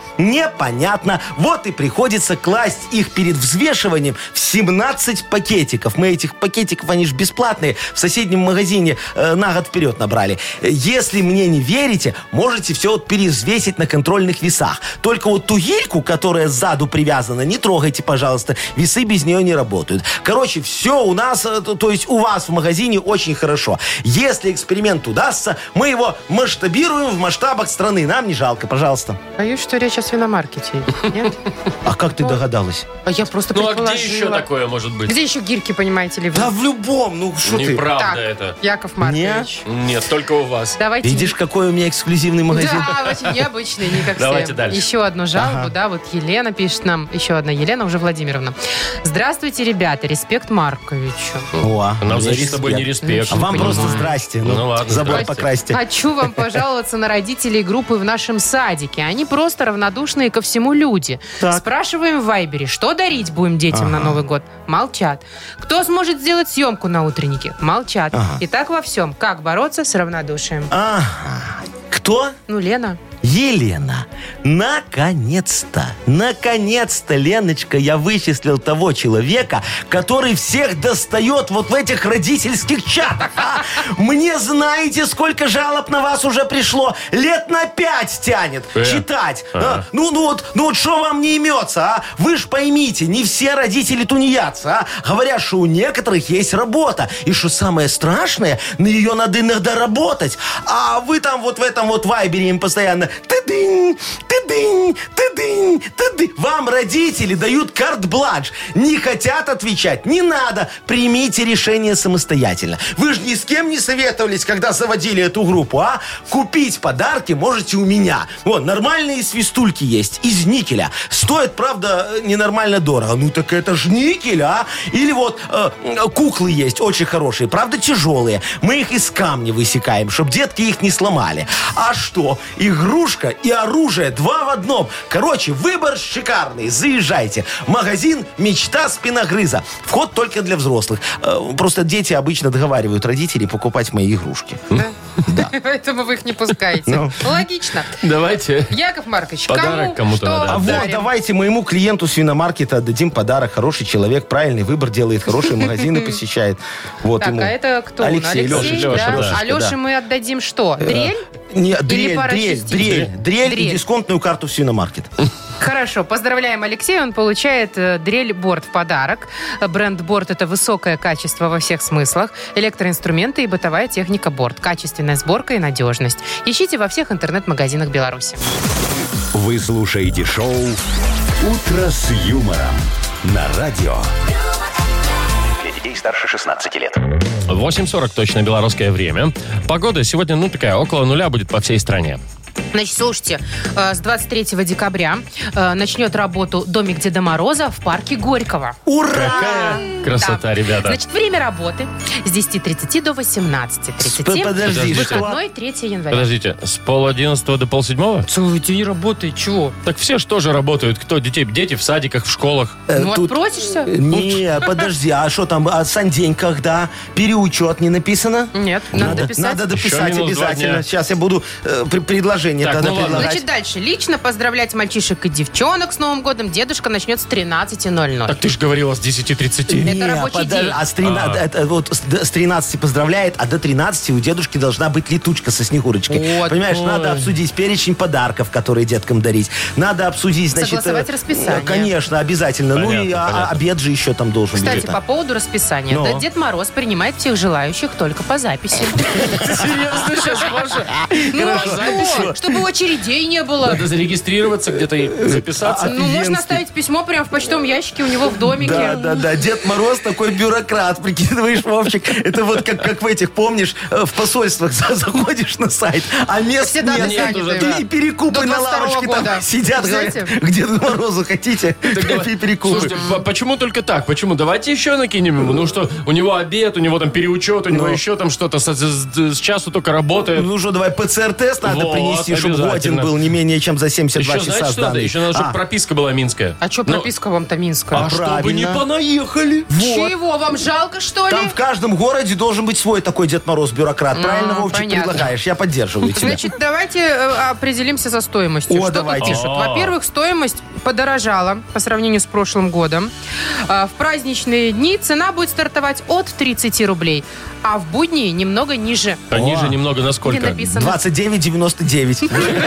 D: Непонятно. Вот и приходится класть их перед взвешиванием в 17 пакетиков. Мы этих пакетиков, они же бесплатные, в соседнем магазине э, на год вперед набрали. Э, Если мне не верите, можете все вот перевзвесить на контрольных весах. Только вот ту гильку, которая сзаду привязана, не трогайте, пожалуйста. Весы без нее не работают. Короче, все у нас, э, то, то есть у вас в магазине очень хорошо. Если эксперимент удастся, мы его масштабируем в масштабах страны. Нам не жалко, пожалуйста.
C: Боюсь, что речь о свиномаркете. Нет?
D: А как ты догадалась?
C: А Я просто
B: Ну, а где еще
C: предположила.
B: такое может быть?
C: Где еще гирьки, понимаете ли вы?
D: Да в любом, ну что ты?
B: Неправда
C: Так,
B: это.
C: Яков Маркович.
B: Нет, только у вас.
C: Давайте...
D: Видишь, какой у меня эксклюзивный магазин?
C: Да, очень необычный, не как
B: Давайте
C: все.
B: дальше.
C: Еще одну жалобу, да, вот Елена пишет нам, еще одна Елена, уже Владимировна. Здравствуйте, ребята, респект Марковичу.
D: О,
B: Нам,
D: мне
B: значит, с тобой не
D: респект.
B: респект.
D: А вам просто
B: Понимаю.
D: здрасте. Ну,
B: Ну ладно,
D: забор
B: здрасте.
D: покрасьте.
C: Хочу вам пожаловаться на родителей группы в нашем садике. Они просто равнодушные ко всему люди.
D: Так.
C: Спрашиваем в Вайбере, что дарить будем детям на Новый год? Молчат. Кто сможет сделать съемку на утреннике? Молчат.
D: Ага.
C: И так во всем. Как бороться с равнодушием?
D: Ага. Кто?
C: Ну, Лена.
D: Елена, наконец-то, наконец-то, Леночка, я вычислил того человека, который всех достает вот в этих родительских чатах. а? Мне знаете, сколько жалоб на вас уже пришло? Лет на пять тянет
B: Э.
D: читать.
B: Ага.
D: а? Ну, ну вот, ну вот что вам не имется, а? Вы ж поймите, не все родители тунеядцы, а? Говорят, что у некоторых есть работа. И что самое страшное, на ее надо иногда работать. А вы там вот в этом вот вайбере им постоянно ты-дынь, ты-дынь, ты-дынь, ты-дынь. Вам родители дают карт-бланш. Не хотят отвечать, не надо. Примите решение самостоятельно. Вы же ни с кем не советовались, когда заводили эту группу, а? Купить подарки можете у меня. Вот, нормальные свистульки есть из никеля. Стоит, правда, э, ненормально дорого. Ну так это ж никель, а? Или вот э, м, куклы есть очень хорошие, правда, тяжелые. Мы их из камня высекаем, чтобы детки их не сломали. А что? Игрушка и оружие два в одном. Короче, выбор шикарный. Заезжайте. Магазин «Мечта спиногрыза». Вход только для взрослых. Э, Просто дети обычно договаривают родителей покупать мои игрушки.
C: Поэтому вы их не пускаете.
D: Ну.
C: Логично.
B: Давайте.
C: Яков Маркович,
B: Подарок
C: кому
B: кому-то
C: что
B: надо.
D: А вот,
C: дарим?
D: давайте моему клиенту свиномаркета отдадим подарок. Хороший человек, правильный выбор делает, хорошие магазины посещает. Вот
C: Так,
D: ему.
C: а это кто? он?
D: Алексей,
B: Леша,
D: Леша,
B: Леша,
C: да?
D: Лешечка,
C: А Леше
D: да.
C: мы отдадим что?
B: Э,
C: Дрель?
D: Не,
C: Или
D: дрель,
C: пара
D: дрель,
C: частиц?
D: дрель, дрель,
C: Дрель.
D: и дисконтную карту в свиномаркет.
C: Хорошо, поздравляем Алексея, он получает э, дрель Борт в подарок. Э, Бренд Борт – это высокое качество во всех смыслах, электроинструменты и бытовая техника Борт, качественная сборка и надежность. Ищите во всех интернет-магазинах Беларуси.
A: Вы слушаете шоу «Утро с юмором» на радио.
E: Для детей старше 16 лет.
B: 8.40 точно белорусское время. Погода сегодня, ну, такая, около нуля будет по всей стране.
C: Значит, слушайте, э, с 23 декабря э, начнет работу домик Деда Мороза в парке Горького.
B: Какая красота,
C: Да.
B: ребята.
C: Значит, время работы с 10.30 до 18.30.
D: Сп- Подожди,
B: Подожди.
D: что?
C: Выходной 3 января.
B: Подождите, с пол одиннадцатого до пол седьмого?
C: Целый день работает, чего?
B: Так все же тоже работают. Кто? Детей, дети в садиках, в школах.
D: Э,
C: Ну,
D: тут- э,
C: отпросишься?
D: Не, подожди, а что там, а сандень когда? Переучет не написано?
C: Нет, надо, писать.
D: Надо
B: Еще
D: дописать
B: минус два дня.
D: обязательно. Сейчас я буду э, при- предложение
B: Так,
D: тогда
B: ну ладно.
D: предлагать.
C: Значит, дальше. Лично поздравлять мальчишек и девчонок с Новым годом дедушка начнет с 13.00.
B: Так ты же говорила с 10.30.
C: Нет. Это рабочий
D: подо-
C: день.
D: А с, 13, это вот с д- с 13 поздравляет, а до 13 у дедушки должна быть летучка со снегурочкой.
C: Вот.
D: Понимаешь, надо обсудить перечень подарков, которые деткам дарить. Надо обсудить, значит... э,
C: Согласовать расписание.
D: э, Конечно, обязательно. ну и
B: Понятно,
D: а- а
B: понятно.
D: обед же еще там должен
C: Кстати,
D: быть.
C: по поводу расписания.
D: Но.
C: Да, Дед Мороз принимает всех желающих только по записи.
B: Серьезно сейчас, Маша?
C: Ну а что? Чтобы очередей не было.
B: Надо зарегистрироваться где-то и записаться.
C: Ну, можно
D: Офигенский.
C: оставить письмо прямо в почтовом ящике у него в домике.
D: Да, да, да. Дед Мороз такой бюрократ, прикидываешь, Вовчик. Это вот как, как в этих, помнишь, э, в посольствах за- заходишь на сайт, а мест
C: Всегда
D: нет.
C: заняты,
D: И-
C: да.
D: И перекупы
C: До
D: на
C: 22-го
D: лавочке
C: года.
D: там сидят, говорят,
C: Знаете?
D: к Деду Морозу хотите, копи перекупы.
B: Слушайте, по- почему только так? Почему? Давайте еще накинем ему. Ну что, у него обед, у него там переучет, у него еще там что-то. С, с- с часу только работает.
D: Ну что, давай ПЦР-тест надо
B: Вот,
D: принести, чтобы годен
B: обязательно.
D: был не менее чем за 72
B: еще
D: часа
B: знаете, что надо?
D: сданный.
B: Еще надо, чтобы
D: А,
B: прописка была минская.
C: А что
B: Ну,
C: прописка вам-то
B: А
C: Минская?
B: чтобы не
D: Правильно.
B: понаехали.
D: вот.
C: Чего, вам жалко, что ли?
D: Там в каждом городе должен быть свой такой Дед Мороз бюрократ. Правильно, Вовчик,
C: понятно.
D: предлагаешь? Я поддерживаю тебя.
C: Значит, давайте э, определимся со стоимостью.
D: О,
C: Что
D: давайте.
C: тут пишут?
B: А.
C: Во-первых, стоимость подорожала по сравнению с прошлым годом. А, В праздничные дни цена будет стартовать от 30 рублей, а в будни немного ниже.
B: Они же немного
C: Не
B: насколько?
C: написано.
D: 29,99.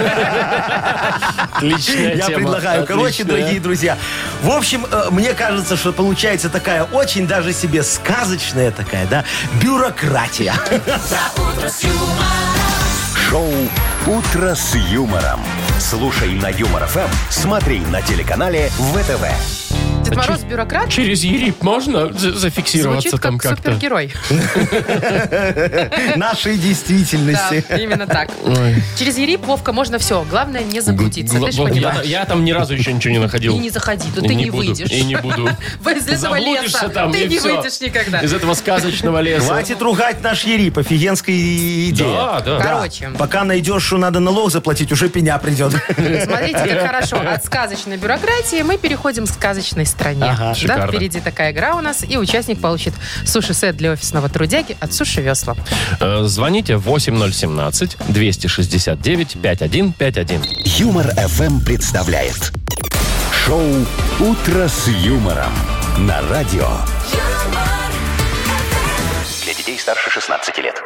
B: Отличная
D: Я
B: тема.
D: предлагаю. Короче,
B: Отличная.
D: дорогие друзья, в общем, э, мне кажется, что получается такая очень даже себе сказочная такая, да, бюрократия.
A: Шоу «Утро с юмором». Слушай на Юмор ФМ, смотри на телеканале ВТВ.
C: Дед Мороз бюрократ
B: Через ЕРИП можно за- зафиксироваться
C: звучит
B: там
C: как
B: как-то?
C: супергерой.
D: Нашей
C: Да,
D: действительности.
C: именно так. Через Ерип, Вовка, можно все. Главное не заблудиться.
B: Гла-
C: Ты ж
B: вот я,
C: понимаешь.
B: я там ни разу еще ничего не находил.
C: И не заходи, тут
B: И
C: ты не
B: буду,
C: выйдешь.
B: И не буду.
C: Из этого
B: Заблудишься
C: леса
B: там,
C: ты
B: и
C: не
B: всё.
C: выйдешь никогда.
B: Из этого сказочного леса.
D: Хватит ругать наш Ерипов, офигенская
B: Да,
D: идея.
B: да.
C: Короче.
D: Пока найдешь, что надо налог заплатить, уже пеня придет.
C: Смотрите, как хорошо. От сказочной бюрократии мы переходим к сказочной стране.
D: Ага,
C: да,
B: шикарно.
C: впереди такая игра у нас, и участник получит суши-сет для офисного трудяги от Суши Весла.
B: Э, Звоните 8017-269-5151.
A: Юмор ФМ представляет. Шоу «Утро с юмором» на радио.
E: Для детей старше 16 лет.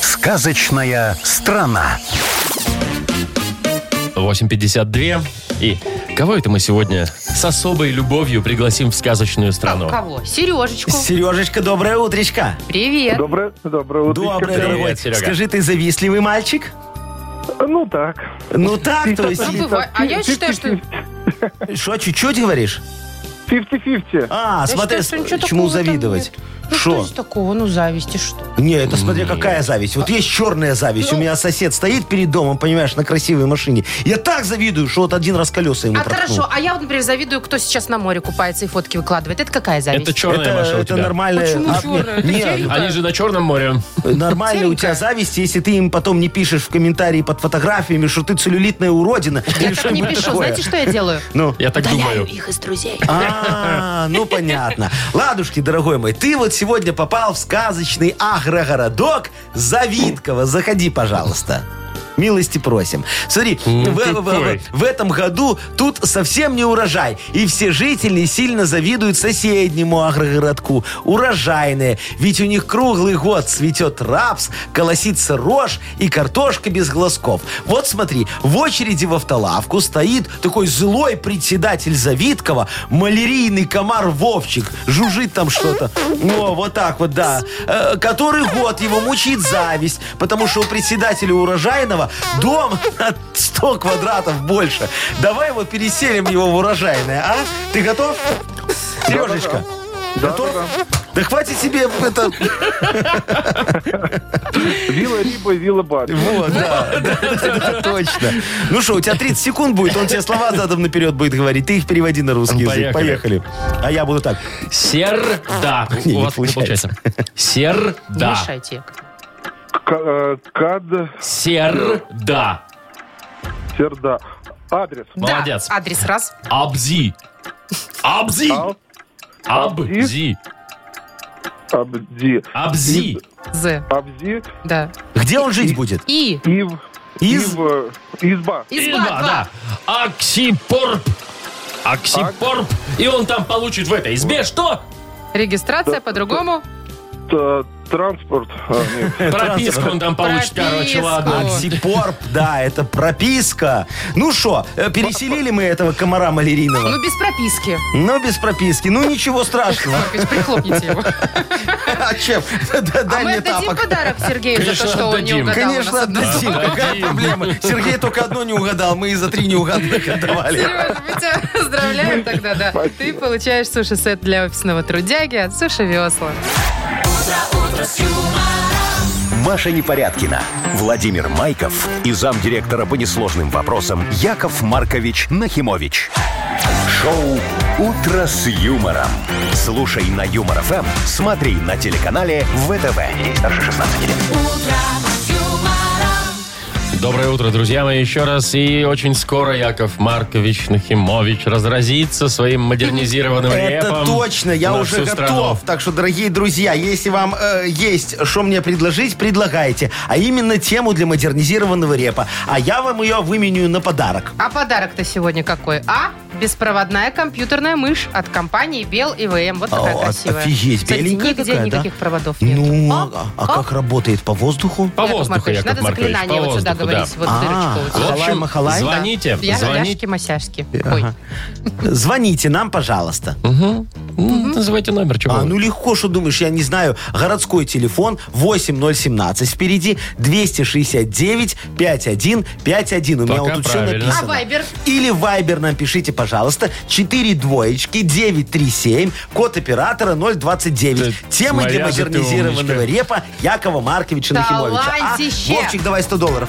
A: Сказочная страна.
B: 8.52. И кого это мы сегодня с особой любовью пригласим в сказочную страну?
C: Кого? Сережечку.
D: Сережечка, доброе утречко.
C: Привет.
F: Доброе, доброе утро.
D: Доброе,
B: Привет,
D: дорогой.
B: Серега.
D: Скажи, ты завистливый мальчик?
F: Ну так.
D: Ну так, то есть...
C: Ну, бывает. А я считаю, что...
D: Что, чуть-чуть говоришь?
F: 50-50.
D: А, смотри,
C: считаю, что ничего
D: чему
C: такого там
D: завидовать?
C: нет. Ну,
D: Шо?
C: что здесь такого? Ну, зависти что?
D: Не, это смотря какая зависть. Вот есть черная зависть.
C: Ну.
D: У меня сосед стоит перед домом, понимаешь, на красивой машине. Я так завидую, что вот один раз колеса ему
C: А
D: проткнул.
C: хорошо, а я вот, например, завидую, кто сейчас на море купается и фотки выкладывает. Это какая зависть?
B: Это черная
D: Это,
B: Маша у
D: это
B: тебя.
D: нормальная...
C: Почему чёрная? Это
D: не,
C: я и-
B: Они же на Черном море.
D: нормальная у тебя
C: Серенькая.
D: зависть, если ты им потом не пишешь в комментарии под фотографиями, что ты целлюлитная уродина.
C: Я
D: или
C: так не
D: что-нибудь
C: пишу.
D: такое.
C: Знаете, что я делаю?
D: Ну,
B: Я так думаю.
C: Удаляю их из друзей.
D: А, ну понятно. Ладушки, дорогой мой, ты вот сегодня попал в сказочный агрогородок Завидково. Заходи, пожалуйста. Милости просим. Смотри, в, в-
B: какой.
D: в- в этом году тут совсем не урожай. И все жители сильно завидуют соседнему агрогородку. Урожайные. Ведь у них круглый год цветет рапс, колосится рожь и картошка без глазков. Вот смотри, в очереди в автолавку стоит такой злой председатель Завидкова, малярийный комар Вовчик. Жужжит там что-то. Ну, вот так вот, да. Э, Который год его мучает зависть, потому что у председателя урожайного дом на 100 квадратов больше. Давай его переселим его в урожайное, а? Ты готов? Сережечка, готов? Да хватит себе это...
F: Вилла Риба, Вилла Бар.
D: Вот, да, да, да, да, точно. Ну что, у тебя 30 секунд будет, он тебе слова задом наперед будет говорить. Ты их переводи на русский язык.
B: Поехали.
D: Поехали. А я буду так.
B: Серда.
D: Не, не
B: У вас не получается.
D: получается.
C: Не
B: Серда.
C: мешайте.
F: К- э, Кад,
B: Серда.
F: Серда. Адрес.
B: Молодец.
C: Да, адрес раз.
B: Абзи. Абзи.
D: А,
F: Ал,
B: Абзи.
F: Абди.
B: Абзи.
C: З.
F: Абзи.
C: Да.
D: Где он жить будет?
C: И.
F: Ив.
D: Из-
F: Ив, э, Изба.
C: Изба,
B: Изба,
C: два.
B: да. Аксипорп. Аксипорп. И он там получит в этой избе что?
C: Регистрация по-другому.
F: Т- Транспорт. А,
D: Э,
F: нет.
B: Прописку он там получит, короче,
C: Прописку.
B: ладно.
D: Аксипорп, да, это прописка. Ну что, переселили мы этого комара малярийного?
C: Ну, без прописки.
D: Но без прописки. Ну ничего страшного.
C: Маркович, прихлопните его.
D: А чем? Да,
C: А
D: Дай
C: мы
D: мне
C: отдадим
D: тапок.
C: подарок Сергею за
B: Конечно,
C: то, что он не
B: отдадим.
C: угадал. у нас типа.
D: Конечно,
C: одного.
D: отдадим. Какая
B: Отдадим.
D: проблема? Сергей только одно не угадал. Мы и за три неугаданных отдавали.
C: Сережа, мы тебя поздравляем тогда, да. Ты получаешь суши-сет для офисного трудяги от Суши Весла.
A: Маша Непорядкина, Владимир Майков и замдиректора по несложным вопросам Яков Маркович Нахимович. Шоу «Утро с юмором». Слушай на Юмор ФМ, смотри на телеканале ВТВ. Ей старше 16 лет.
B: Доброе утро, друзья мои, еще раз. И очень скоро Яков Маркович Нахимович разразится своим модернизированным репом
D: Это точно, я
B: на
D: уже
B: всю
D: готов.
B: страну.
D: Так что, дорогие друзья, если вам э, есть что мне предложить, предлагайте. А именно тему для модернизированного репа. А я вам ее выменю на подарок.
C: А подарок-то сегодня какой? А. Беспроводная компьютерная мышь от компании Бел и ВМ. Вот такая
D: О,
C: красивая.
D: А, Офигеть,
C: Кстати,
D: беленькая
C: нигде
D: такая, да?
C: никаких проводов нет.
D: Ну,
C: О,
D: а, а как работает? По воздуху?
B: По
C: Яков
B: воздуху,
C: Маркович,
B: Яков
C: Надо
B: Маркович,
C: заклинание
B: по
C: вот сюда
B: воздуху,
C: говорить,
B: да.
C: вот
D: А,
C: дырочку.
B: В
C: вот сюда.
D: Халай,
B: общем,
D: махалай?
B: звоните,
C: Я
B: звоните.
C: Масяшки. Ой.
D: Звоните нам, пожалуйста.
B: М, Называйте номер, чего
D: А,
B: вы.
D: ну легко, что думаешь, я не знаю. Городской телефон 8017 впереди 269 5151. У меня
B: Пока
D: вот тут все
B: правильно.
D: написано.
C: А Вайбер?
D: Или Вайбер нам пишите, пожалуйста, 4 двоечки 937, код оператора 029.
B: Ты-
D: Темы для
B: моя же ты
D: модернизированного
B: умничка.
D: репа Якова Марковича Нахимовича. А,
C: Талантище!
D: Вовчик, давай 100 долларов.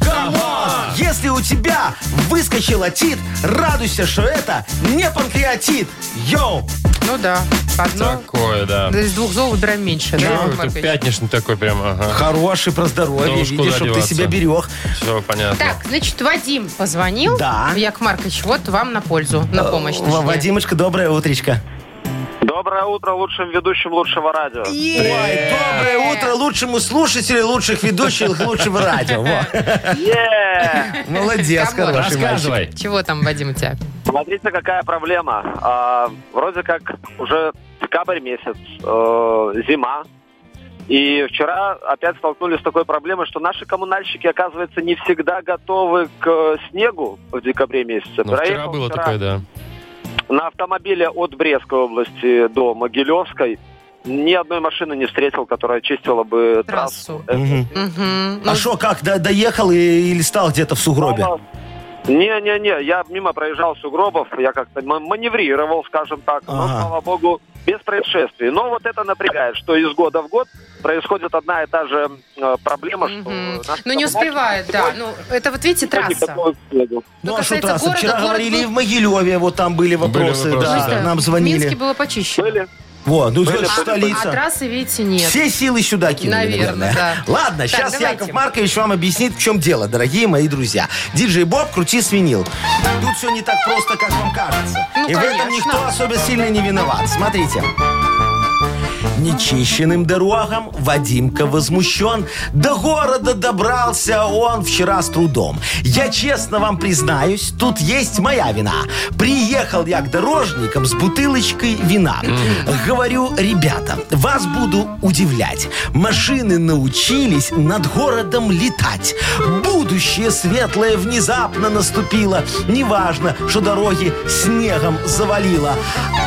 D: камон! Если у тебя выскочил отит, радуйся, что это не панкреатит. Йоу!
C: Ну да. Одно.
B: Такое, да.
C: Да из двух зол выбираем меньше. да, Яков
B: Ты
C: Маркович?
B: пятничный такой прям, ага.
D: Хороший про здоровье,
B: Да уж куда
D: видишь, чтобы ты
B: деваться.
D: себя берег.
B: Все понятно.
C: Так, значит, Вадим позвонил.
D: Да. Э,
C: Яков Маркович, вот вам на пользу, на помощь.
D: Ва-
C: точнее.
D: Вадимочка, доброе утречко.
H: Доброе утро лучшим ведущим лучшего радио.
D: Ой, доброе утро лучшему слушателю, лучших ведущих, лучшего радио. Во.
H: Е!
D: Молодец,
C: Камон.
D: хороший мальчик.
B: Рассказывай.
C: Чего там, Вадим, у тебя?
H: Смотрите, какая проблема. А, вроде как уже декабрь месяц, э, зима. И вчера опять столкнулись с такой проблемой, что наши коммунальщики, оказывается, не всегда готовы к э, снегу в декабре месяце.
B: Ну, вчера
H: Проехал
B: было
H: вчера
B: такое, да.
H: На автомобиле от Брестской области до Могилевской ни одной машины не встретил, которая чистила бы трассу.
C: Трассу.
D: Мгм.
C: Мгм. Ну,
D: А что, как, до- доехал и- или стал где-то в сугробе?
H: Не-не-не, я мимо проезжал сугробов, я как-то ма- маневрировал, скажем так, но,
D: Ага.
H: слава богу, без происшествий. Но вот это напрягает, что из года в год происходит одна и та же э, проблема, что...
C: мгм.
H: наши
C: Ну, не
H: коммунальщики
C: успевает, да.
H: сегодня
C: Ну, это вот, видите,
H: не
C: трасса.
H: готовы к снегу.
D: Ну, а что
C: касается
D: трасса?
C: города,
D: Вчера
C: город
D: говорили
C: был-
D: и в Могилеве, вот там были вопросы,
B: вопросы,
D: да,
B: да.
D: нам
C: В
D: звонили.
C: Минске было почище.
H: Были?
D: Во, ну,
H: Были,
D: это
H: были,
C: А, а
D: столица.
C: трассы, видите, нет.
D: Все силы сюда кинули,
C: Наверное,
D: наверное.
C: да.
D: Ладно,
C: Так,
D: сейчас
C: давайте.
D: Яков Маркович вам объяснит, в чем дело, дорогие мои друзья. Диджей Боб, крути свинил. Тут все не так просто, как вам кажется.
C: Ну,
D: И в этом
C: конечно.
D: никто особо сильно не виноват. Смотрите. Нечищенным дорогам Вадимка возмущен. До города добрался он вчера с трудом. Я честно вам признаюсь, тут есть моя вина. Приехал я к дорожникам с бутылочкой вина. Говорю, ребята, вас буду удивлять. Машины научились над городом летать. Будущее светлое внезапно наступило. Неважно, что дороги снегом завалило.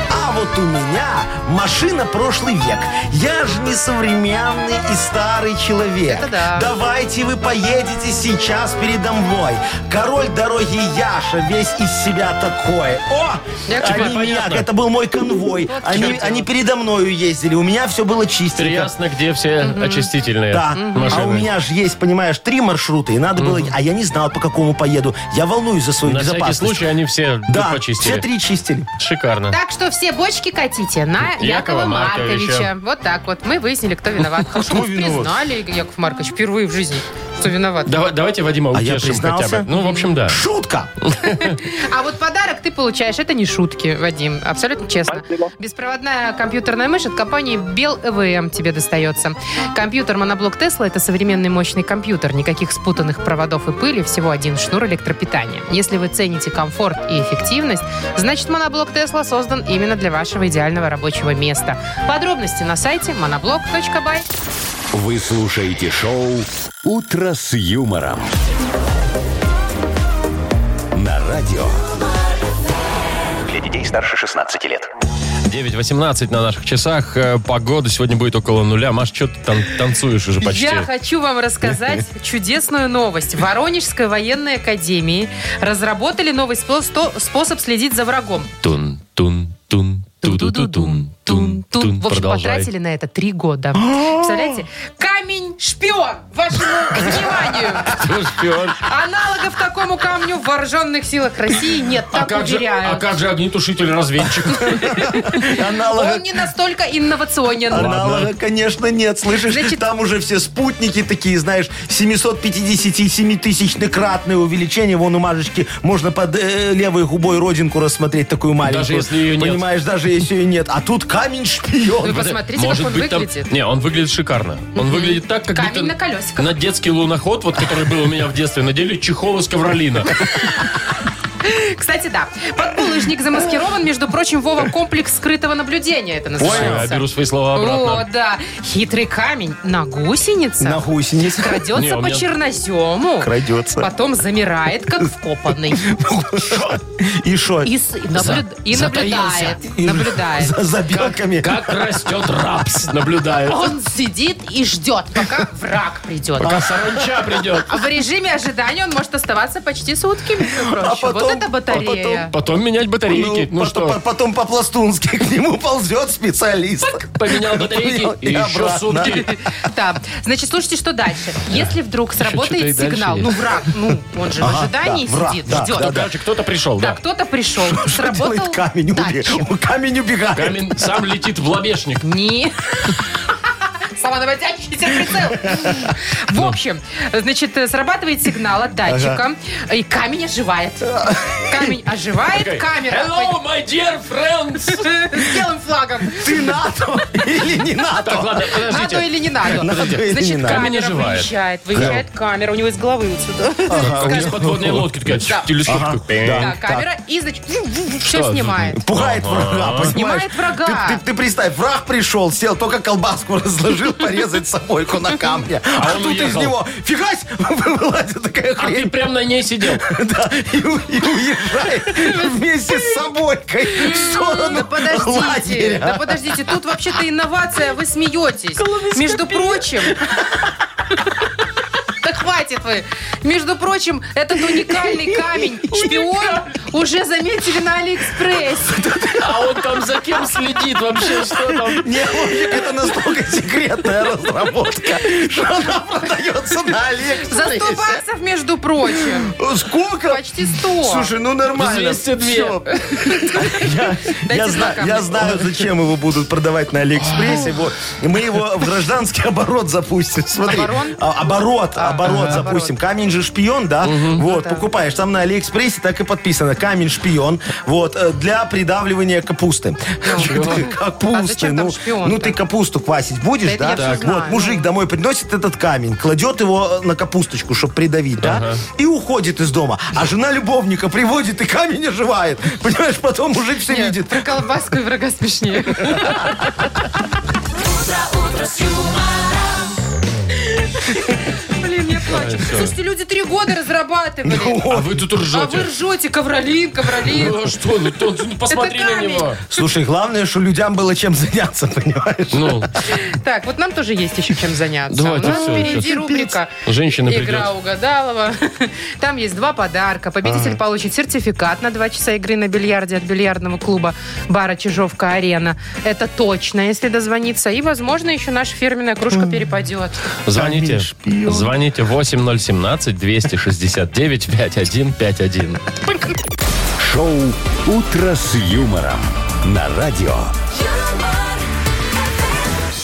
D: А вот у меня машина прошлый век. Я же не современный и старый человек.
C: Это да.
D: Давайте вы поедете сейчас передо мной. Король дороги Яша, весь из себя такой. О!
C: Я
D: Они
B: тебе
D: меня-
B: понятно.
D: это был мой конвой.
C: Вот
D: Они,
C: чёрт
D: они передо мною ездили. У меня все было чистенько.
B: Теперь ясно, где все очистительные
D: Да.
B: машины.
D: А у меня же есть, понимаешь, три маршрута, и надо было... А я не знал, по какому поеду. Я волнуюсь за свою
B: На всякий
D: безопасность.
B: случай они все
D: да,
B: почистили.
D: все три чистили.
B: Шикарно.
C: Так что все бочки катите на
B: Якова
C: Якова, Марковича.
B: Марковича.
C: Вот так вот. Мы выяснили, кто виноват. Хорошо,
D: Кто
C: вы
D: виноват?
C: признали, Яков Маркович, впервые в жизни, что виноват.
B: Дава- давайте Вадима
D: я
B: утешим хотя
D: признался?
B: бы. Ну, в общем, да.
D: Шутка!
C: А вот подарок ты получаешь. Это не шутки, Вадим. Абсолютно честно. Беспроводная компьютерная мышь от компании Bell EVM тебе достается. Компьютер моноблок Tesla – это современный мощный компьютер. Никаких спутанных проводов и пыли, всего один шнур электропитания. Если вы цените комфорт и эффективность, значит моноблок Tesla создан именно для вашего идеального рабочего места. Подробности на сайте monoblock.by.
A: Вы слушаете шоу «Утро с юмором». На радио.
E: Для детей старше 16 лет.
B: 9.18 на наших часах. Э, Погода сегодня будет около нуля. Маш, что ты тан- танцуешь уже почти?
C: Я хочу вам рассказать чудесную новость. В Воронежской военной академии разработали новый спо- сто- способ следить за врагом.
B: Тун, тун, тун, ту-ду-ду-тун, тун, тун.
C: В общем,
B: Продолжай.
C: потратили на это три года. Представляете? Камень-шпион, вашему вниманию.
B: Ты А шпион.
C: Аналогов такому камню в вооруженных силах России нет,
B: А
C: так
B: как, же, а
C: уверяю.
B: как же огнетушитель-разведчик?
D: Аналога,
C: Он не настолько инновационен.
D: аналога, конечно, нет, слышишь?
C: Значит-
D: Там уже все спутники такие, знаешь, 757-тысячнократное кратное увеличение. Вон у Машечки можно под э, левой губой родинку рассмотреть такую маленькую.
B: если ее нет.
D: Понимаешь, даже если ее нет. А тут камень-шпион.
C: Вы посмотрите, как
B: Может
C: он
B: быть, там-
C: выглядит.
B: Не, он выглядит шикарно. Он выглядит так, как
C: Камень
B: будто
C: на колесиках.
B: На детский луноход, вот который был у меня в детстве, надели чехол из ковролина.
C: Кстати, да. Подполыжник замаскирован, между прочим, Вова, комплекс скрытого наблюдения. Это
B: Все, я
C: называется.
B: беру свои слова
C: О,
B: обратно.
C: да. Хитрый камень на гусеницах
D: На гусенице.
C: крадется
B: Не, у
C: по
B: меня-
C: чернозему.
D: Крадется.
C: Потом замирает, как вкопанный.
D: И шо?
C: И, с- и наблюд- и наблюдает. Наблюдает.
D: За, за белками.
B: Как растет рапс, наблюдаю.
C: Он сидит и ждет, пока враг придет.
B: Пока саранча придет.
C: А в режиме ожидания он может оставаться почти сутки, между
D: А
C: прочим. вот это батарея.
B: Потом менять батарейки. Ну,
D: Ну,
B: что,
D: потом, по- потом по-пластунски к нему ползет специалист.
B: поменял батарейки
D: поменял
B: и
D: и
B: еще
D: обратно.
B: сутки.
C: Да. Значит, слушайте, что дальше. Если вдруг сработает
B: что-то и
C: сигнал,
B: дальше
C: ну враг, ну он же в ожидании
D: да, враг,
C: сидит,
D: да,
C: ждет.
B: Да, Короче, кто-то пришел,
C: Да,
B: да.
C: кто-то пришел, сработал
D: Делает камень. уби-
C: датчик.
D: Камень убегает.
B: Камень сам летит в лобешник.
C: Не. Сама наводящийся прицел. В
D: Ну.
C: общем, значит, э, срабатывает сигнал от датчика, и камень оживает. Камень оживает, камера
B: Hello, my dear friends!
C: под- с белым флагом.
D: Ты НАТО или не
B: Так,
D: НАТО?
B: ладно,
C: Надо
B: подождите.
C: или не надо?
D: Надо или не
C: Значит,
D: надо?
B: Камень
C: камера
B: оживает.
C: выезжает. Выезжает камера, у него из головы вот сюда.
B: Из подводной лодки такая,
C: Да.
B: телескоп.
D: Ага,
B: такой.
D: да.
C: Да,
D: так.
C: камера, и, значит, все
B: Что?
C: снимает.
D: Пугает врага, понимаешь?
C: Снимает врага.
D: Ты, ты- ты представь, враг пришел, сел, только колбаску разложил порезать собойку на камне. А,
B: он
D: тут из
B: уехал.
D: него фигась вылазит такая
B: А ты
D: хрень.
B: прям на ней сидел.
D: Да, и, у- и уезжает вместе с собойкой в сторону
C: Да подождите,
D: лагеря.
B: а?
C: да подождите, тут вообще-то инновация, вы смеетесь. Между прочим... Да хватит вы. Между прочим, этот уникальный камень шпион уже заметили на Алиэкспрессе.
B: А он там за кем следит вообще? Что там?
D: Не, Вовчик, это настолько секретная разработка, что она продается на Алиэкспрессе.
C: За 100 баксов, между прочим.
D: Сколько?
C: Почти 100.
D: Слушай, ну нормально.
B: 202.
D: Всё. Я,
C: Дайте
D: я
C: два
D: зна-
C: камня.
D: я знаю, зачем его будут продавать на Алиэкспрессе. Вот. Мы его в гражданский оборот запустим. Смотри.
C: Оборон?
D: А, оборот, оборот
C: наоборот.
D: запустим. Камень же шпион, да? Вот,
C: Ну да.
D: покупаешь. Там на Алиэкспрессе так и подписано. Камень шпион. Вот, э, для придавливания капусты.
C: А
D: Капусты.
C: зачем там
D: Ну,
C: шпион-то?
D: ну ты капусту квасить будешь,
C: Да
D: да?
C: это я всё знаю.
D: Вот, мужик домой приносит этот камень, кладет его на капусточку, чтобы придавить, да? И уходит из дома. А жена любовника приводит и камень оживает. Понимаешь, потом мужик все
C: Нет,
D: видит.
C: про колбаску и врага смешнее. Блин, я плачу. Слушайте, люди три года разрабатывали.
B: А вы тут
C: А вы
B: ржете.
C: ржете, ковролин, ковролин.
B: Ну а что, ну, то- ну, посмотри
C: Это
B: на
C: камень.
B: него.
D: Слушай, главное, что людям было чем заняться, понимаешь?
B: Ну,
C: Так, вот нам тоже есть еще чем заняться.
B: Давайте
C: У нас
B: всё,
C: впереди
B: сейчас.
C: рубрика
B: женщина
C: Игра
B: придет.
C: угадалова. Там есть два подарка. Победитель получит сертификат на два часа игры на бильярде от бильярдного клуба бара Чижовка-Арена. Это точно, если дозвониться. И, возможно, еще наша фирменная кружка перепадет.
B: Звоните. Звоните 8017-269-5151.
A: Шоу «Утро с юмором» на радио.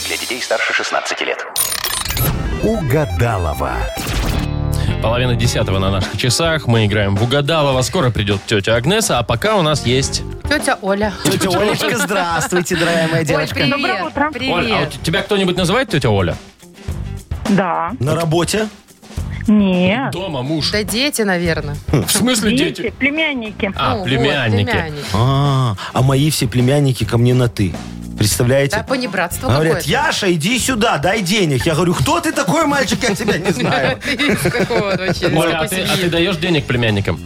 E: Для детей старше 16 лет.
A: Угадалова.
B: Половина десятого на наших часах. Мы играем в Угадалова. Скоро придет тетя Агнеса, а пока у нас есть...
C: Тетя Оля.
D: Тетя Олечка, здравствуйте, дорогая моя девочка.
C: Ой,
G: Доброе
C: привет.
G: утро.
B: Оля, а
C: Привет.
B: вот тебя кто-нибудь называет тетя Оля?
G: Да.
D: На работе?
G: Нет.
B: Дома муж.
C: Да дети, наверное.
B: В смысле
G: Дети,
B: А. дети?
G: племянники.
B: А,
C: Ну, вот,
B: племянники.
C: племянники.
D: А, а мои все племянники ко мне на «ты».
C: Да,
B: Типа.
D: Представляете?
C: понебратство
D: Говорят,
C: какое-то.
D: Яша, иди сюда, дай денег. Я говорю, кто ты такой, мальчик, я тебя не знаю.
C: Ты из какого вообще? из
B: Оля, а
C: какой
B: ты, а ты
C: семьи?
B: даешь денег племянникам?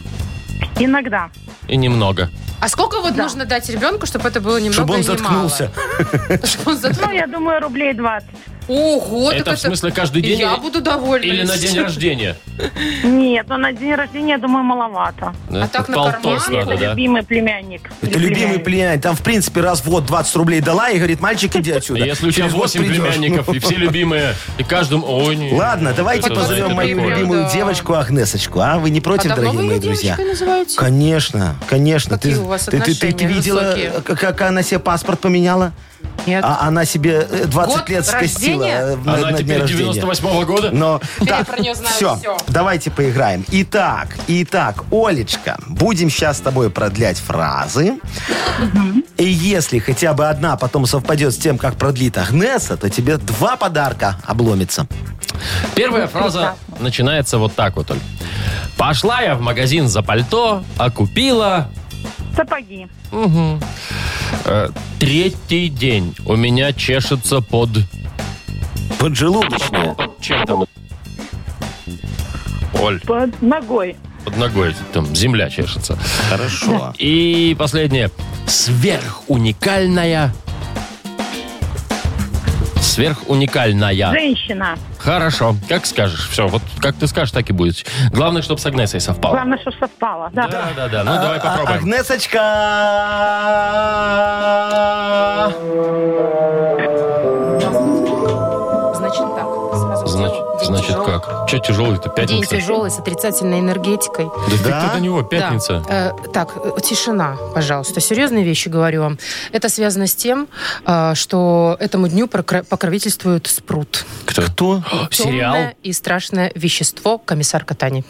G: Иногда.
B: И немного.
C: А сколько вот нужно дать ребенку, чтобы это было немного
D: Чтобы он
C: и немало?
D: заткнулся.
C: Чтобы он
G: Ну,
C: заткнулся.
G: я думаю, рублей 20.
C: Ого,
B: Это
C: так
B: в смысле каждый день
C: Я
B: или-
C: буду довольна.
B: Или на
C: если
B: день
C: честно.
B: рождения.
G: Нет, но на день рождения, я думаю, маловато.
B: Да,
C: А так на
B: полтос
C: карман?
B: надо,
G: Это
B: да?
G: любимый племянник.
D: Это любимый племянник. Там, в принципе, раз в год 20 рублей дала и говорит, мальчик, иди отсюда.
B: А Если у тебя
D: Через год
B: 8
D: придешь.
B: племянников, и все любимые, и каждому... Ой, не.
D: Ладно, давайте
B: Это, знаете,
D: позовем мою
B: такое.
D: любимую
C: Да.
D: девочку Агнесочку. А вы не
C: А
D: против,
C: давно
D: дорогие
C: вы ее
D: мои друзья?
C: девочкой называете?
D: Конечно, конечно.
C: Какие
D: ты,
C: у вас
D: ты, ты- ты- ты
C: отношения
D: видела,
C: высокие?
D: как, как она себе паспорт поменяла?
C: Нет.
D: А она себе э, 20
C: Год
D: лет скостила
C: рождения?
D: э, на,
B: Она
D: на дне
B: теперь
D: рождения.
B: 98-го года?
D: Но
C: Теперь я про неё знаю всё.
D: все. Давайте поиграем. Итак, итак, Олечка, будем сейчас с тобой продлять фразы. И если хотя бы одна потом совпадет с тем, как продлит Агнеса, то тебе два подарка обломится.
B: Первая фраза начинается вот так вот, Оль. Пошла я в магазин за пальто, а купила
G: Сапоги.
B: э, третий день. У меня чешется под...
D: Поджелудочные.
B: под чем там? Оль,
G: Под ногой.
B: под ногой там земля чешется.
D: Хорошо.
B: И последнее. Сверхуникальная... Сверхуникальная.
G: Женщина.
B: Хорошо, как скажешь. Все, вот как ты скажешь, так и будет. Главное, чтобы с Агнесой совпало.
G: Главное, что совпало. Да.
B: Да, да, да. Ну,
D: А,
B: давай попробуем.
D: Агнесочка!
C: Значит так. Сразу
B: Значит,
C: сделаю. День
B: значит
C: тяжелый.
B: как? Че тяжелый-то?
C: День
B: Пятница.
C: тяжелый с отрицательной энергетикой.
B: Да, ты
D: Да?
B: кто до него? Пятница.
C: Да. Э, так, э, тишина, пожалуйста. Серьезные вещи говорю вам. Это связано с тем, э, что этому дню прокра- покровительствует спрут.
B: Кто?
D: Кто?
B: О, Сериал?
C: Темное и страшное вещество комиссар Катани.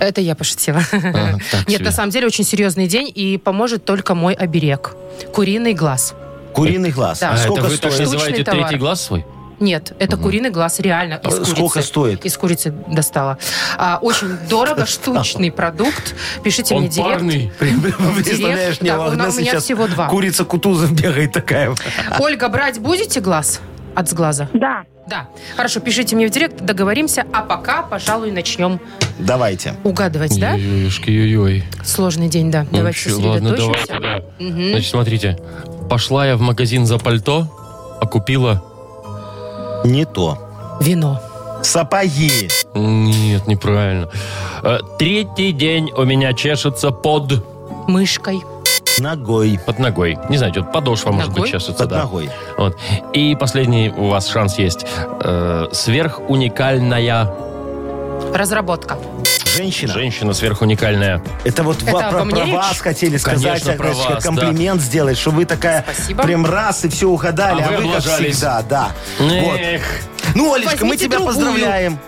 C: Это я пошутила.
B: А, так
C: Нет,
B: себе.
C: на самом деле очень серьезный день и поможет только мой оберег. Куриный глаз.
D: Куриный глаз.
C: Да.
B: А
D: А сколько
B: это вы так
D: стоит?
C: Штучный
B: называете
C: товар.
B: третий глаз свой?
C: Нет, это куриный глаз реально. из
D: А
C: курицы.
D: сколько стоит?
C: Из курицы достала. А, очень дорого, штучный продукт. Пишите мне
B: Он
C: директ.
B: парный.
D: Представляешь, не,
C: да,
D: у
C: у на- у
D: Агнесы
C: меня
D: сейчас
C: всего два.
D: Курица Кутузов бегает такая.
C: Ольга, брать будете глаз от сглаза?
G: Да.
C: Да. Хорошо, пишите мне в директ, договоримся. А пока, пожалуй, начнем
D: Давайте.
C: угадывать, да?
B: Юшки, ой
C: Сложный день, да. Давайте
B: Ну, ладно,
C: сосредоточимся.
B: давайте, да.
C: Мгм.
B: Значит, смотрите. Пошла я в магазин за пальто, а купила...
D: Не то.
C: Вино.
D: Сапоги.
B: Нет, неправильно. Э, Третий день у меня чешется под...
C: Мышкой.
D: Ногой.
B: Под ногой. Не знаю, что подошва, может
C: Ногой?
B: быть, чешется.
D: Под
B: да.
D: ногой.
B: Вот. И последний у вас шанс есть. Э, Сверхуникальная...
C: Разработка.
D: Женщина.
B: Женщина сверхуникальная.
D: Это вот
C: Это
D: ва- про,
C: обо мне
D: про
C: речь?
D: вас хотели сказать,
B: Конечно, про
D: Агнесочка,
B: вас,
D: комплимент сделать, что вы такая
C: Спасибо.
D: прям раз и все угадали,
B: А
D: а,
B: вы
D: вы, как
B: облажались. Э.
D: всегда, да. Вот.
B: Эх.
D: Ну, Олечка, мы
C: Возьмите
D: тебя
C: другую.
D: поздравляем.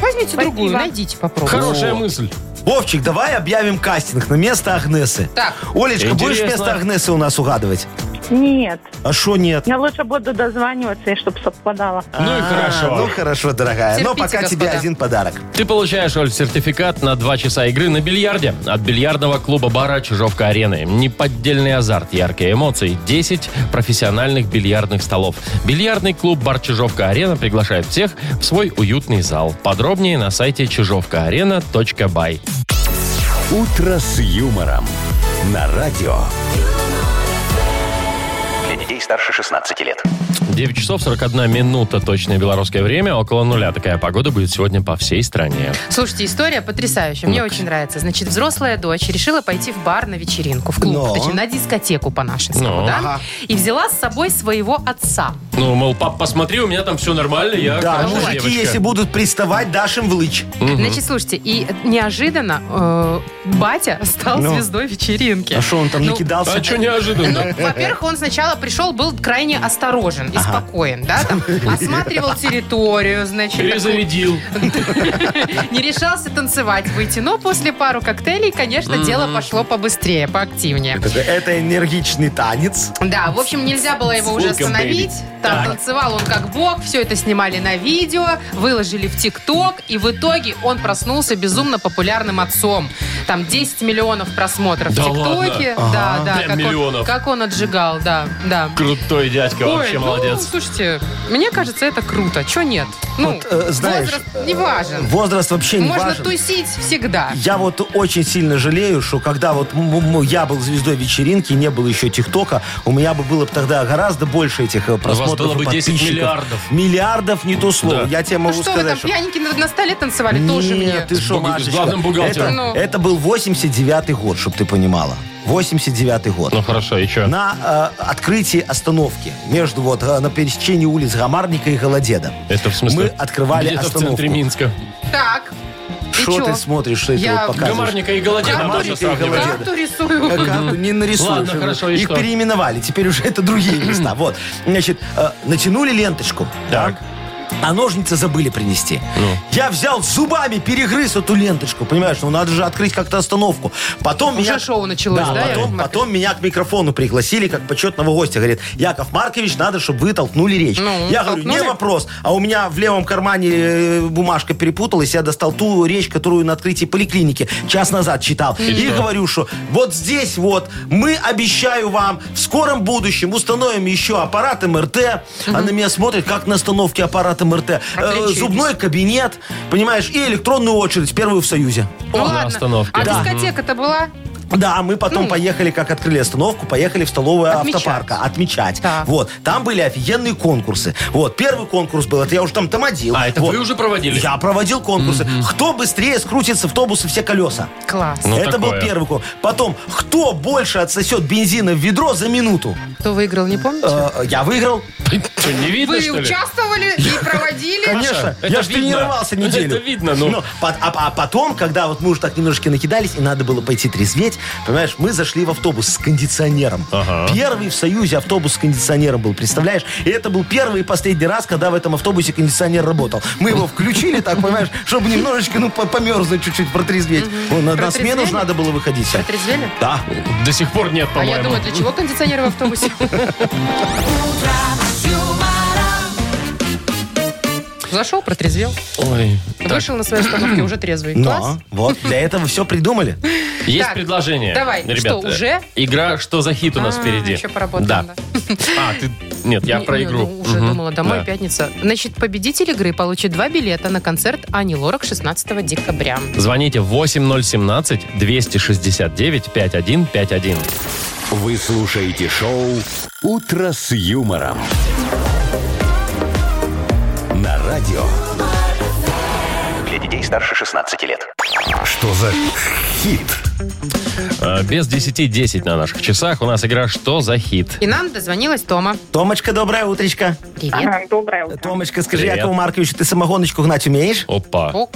C: Возьмите другую,
G: Спасибо.
C: найдите, попробуйте.
B: Хорошая мысль.
D: Вовчик, давай объявим кастинг на место Агнесы.
C: Так.
D: Олечка, будешь
B: Интересно.
D: место Агнесы у нас угадывать?
G: Нет.
D: А что нет?
G: Я лучше буду дозваниваться, и чтобы совпадало.
B: Ну и
D: А,
B: хорошо.
D: Ну хорошо, дорогая. Но
C: Терпите,
D: пока тебе
C: господа.
D: один подарок.
B: Ты получаешь, Оль, сертификат на 2 часа игры на бильярде от бильярдного клуба-бара «Чижовка-арены». Неподдельный азарт, яркие эмоции, 10 профессиональных бильярдных столов. Бильярдный клуб-бар «Чижовка-арена» приглашает всех в свой уютный зал. Подробнее на сайте чижовкаарена.бай.
A: «Утро с юмором» на радио.
E: Для детей старше 16 лет.
B: 9 часов 41 минута точное белорусское время. Около нуля такая погода будет сегодня по всей стране.
C: Слушайте, история потрясающая. Мне
B: Ну-ка.
C: очень нравится. Значит, взрослая дочь решила пойти в бар на вечеринку, в клуб,
D: Но.
C: точнее, на дискотеку по-нашему,
B: Ну.
C: да?
D: Ага.
C: И взяла с собой своего отца.
B: Ну, мол, пап, посмотри, у меня там все нормально, я
D: Да,
B: хорошая
D: мужики,
B: девочка.
D: если будут приставать, дашь им влычь.
C: Значит, слушайте, и неожиданно э, батя стал
D: Ну.
C: звездой вечеринки.
D: А что он там
C: Ну,
D: накидался?
B: А что неожиданно?
C: Ну, во-первых, он сначала пришел, был крайне осторожен и спокоен, да, там, осматривал территорию, значит, такой,
B: Перезарядил.
C: не решался танцевать, выйти. Но после пару коктейлей, конечно, дело пошло побыстрее, поактивнее.
D: Это- Это энергичный танец.
C: Да, в общем, нельзя было его уже
B: Welcome,
C: остановить. Там
B: Так.
C: танцевал он как бог, все это снимали на видео, выложили в ТикТок, и в итоге он проснулся безумно популярным отцом. Там 10 миллионов просмотров
B: Да
C: в ТикТоке.
B: ладно?
C: Да, да,
B: Прям
C: как он,
B: миллионов.
C: как он отжигал, да, да.
B: Крутой дядька,
C: Ой,
B: вообще
C: ну,
B: молодец.
C: слушайте, мне кажется, это круто. Че нет? Ну,
D: Вот, э, знаешь,
C: возраст не важен.
D: Возраст вообще не
C: Можно
D: важен.
C: тусить всегда.
D: Я вот очень сильно жалею, что когда вот м- м- я был звездой вечеринки, не было еще ТикТока, у меня бы было бы тогда гораздо больше этих э, просмотров.
B: было бы
D: и
B: 10
D: подписчиков.
B: миллиардов.
D: Миллиардов не то слово.
B: Да.
D: Я тебе
C: Ну
D: могу
C: что вы
D: сказать,
C: там,
D: что...
C: пьяники на, на столе танцевали? Тоже
D: Нет,
C: мне.
D: ты что,
B: бухгал- с
D: Машечка,
B: главным бухгалтером.
D: Это,
C: Ну.
D: это был 89-й год, чтобы ты понимала. 89-й год.
B: Ну хорошо, и что?
D: На э, открытии остановки между вот э, на пересечении улиц Гамарника и Голодеда.
B: Это в смысле?
D: Мы открывали
B: Где-то в
D: остановку.
B: центре Минска.
C: Так. И
D: Что
C: чё?
D: ты смотришь, что это
C: Я-
D: вот показываешь?
B: Гамарника и а Голодяна
D: Гамарника
B: тоже
D: и
B: сравнивали.
D: Голодец.
C: Карту рисую.
D: Как карту не нарисуешь.
B: Ладно, хорошо, и
D: Их
B: что?
D: переименовали, теперь уже это другие места. Вот, значит, э, натянули ленточку. да,
B: Так.
D: А ножницы забыли принести.
B: Ну.
D: Я взял зубами, перегрыз эту ленточку. Понимаешь, ну надо же открыть как-то остановку. Потом
C: Уже
D: меня...
C: шоу началось, да, Яков
D: потом,
C: Маркович?
D: потом меня к микрофону пригласили как почетного гостя. Говорит, Яков Маркович, надо, чтобы вы толкнули речь.
C: Ну,
D: я говорю,
C: толкнули?
D: не вопрос. А у меня в левом кармане э, бумажка перепуталась. Я достал ту речь, которую на открытии поликлиники час назад читал. И, говорю, что вот здесь вот мы, обещаю вам, в скором будущем установим еще аппарат МРТ. А на меня смотрит, как на остановке аппарат МРТ. Э,
C: Отличились.
D: зубной кабинет, понимаешь, и электронную очередь, первую в Союзе.
C: Ну,
B: На
C: ладно.
B: остановке.
C: А
B: Да.
C: дискотека-то была?
D: Да, мы потом поехали, как открыли остановку, поехали в столовую
C: Отмечать.
D: автопарка отмечать.
C: Так.
D: Вот, там были офигенные конкурсы. Вот, первый конкурс был, это я уже там томодил.
B: А, это
D: Вот.
B: вы уже проводили?
D: Я проводил конкурсы. Кто быстрее скрутит с автобуса все колеса?
C: Класс.
B: Ну,
D: это
B: такое.
D: был первый конкурс. Потом, кто больше отсосет бензина в ведро за минуту?
C: Кто выиграл, не помните?
D: Э, я выиграл.
B: Что, не видно,
C: Вы
B: что ли?
C: участвовали и проводили?
D: Конечно,
B: это
D: я же
B: видно.
D: тренировался неделю.
B: Это видно, ну.
D: под- а, а потом, когда вот мы уже так немножечко накидались, и надо было пойти трезветь, понимаешь, мы зашли в автобус с кондиционером.
B: Ага.
D: Первый в Союзе автобус с кондиционером был, представляешь? И это был первый и последний раз, когда в этом автобусе кондиционер работал. Мы его включили, так, понимаешь, чтобы немножечко, ну, по- померзнуть чуть-чуть, протрезветь. Вон, На на
C: Протрезвели?
D: смену же надо было выходить. Сань.
C: Отрезвели?
D: Да.
B: До сих пор нет,
C: А я
B: по-моему.
C: думаю, для чего кондиционер в автобусе? Зашел, протрезвел.
B: Ой.
C: Вышел на своей остановке уже трезвый. Класс.
D: Но вот для этого все придумали.
B: Есть
C: Так,
B: предложение.
C: давай,
B: ребят.
C: что,
B: Э,
C: уже?
B: Игра «Что за хит» у нас
C: А,
B: впереди.
C: Еще поработаем,
B: Да. А, ты... Нет, я
C: Не-
B: про
C: не,
B: игру.
C: ну, уже
B: Мгм.
C: думала, домой
B: Да.
C: пятница. Значит, победитель игры получит два билета на концерт Ани Лорак 16 декабря.
B: Звоните 8017-269-5151.
A: Вы слушаете шоу «Утро с юмором». На радио.
E: Для детей старше 16 лет.
A: Что за хит?
B: Э, Без 10-10 на наших часах у нас игра «Что за хит?».
C: И нам дозвонилась Тома.
D: Томочка, доброе утречко.
C: Привет.
G: Доброе утро.
D: Томочка, скажи,
B: Привет.
D: Якову Марковичу, ты самогоночку гнать умеешь?
B: Опа.
C: О,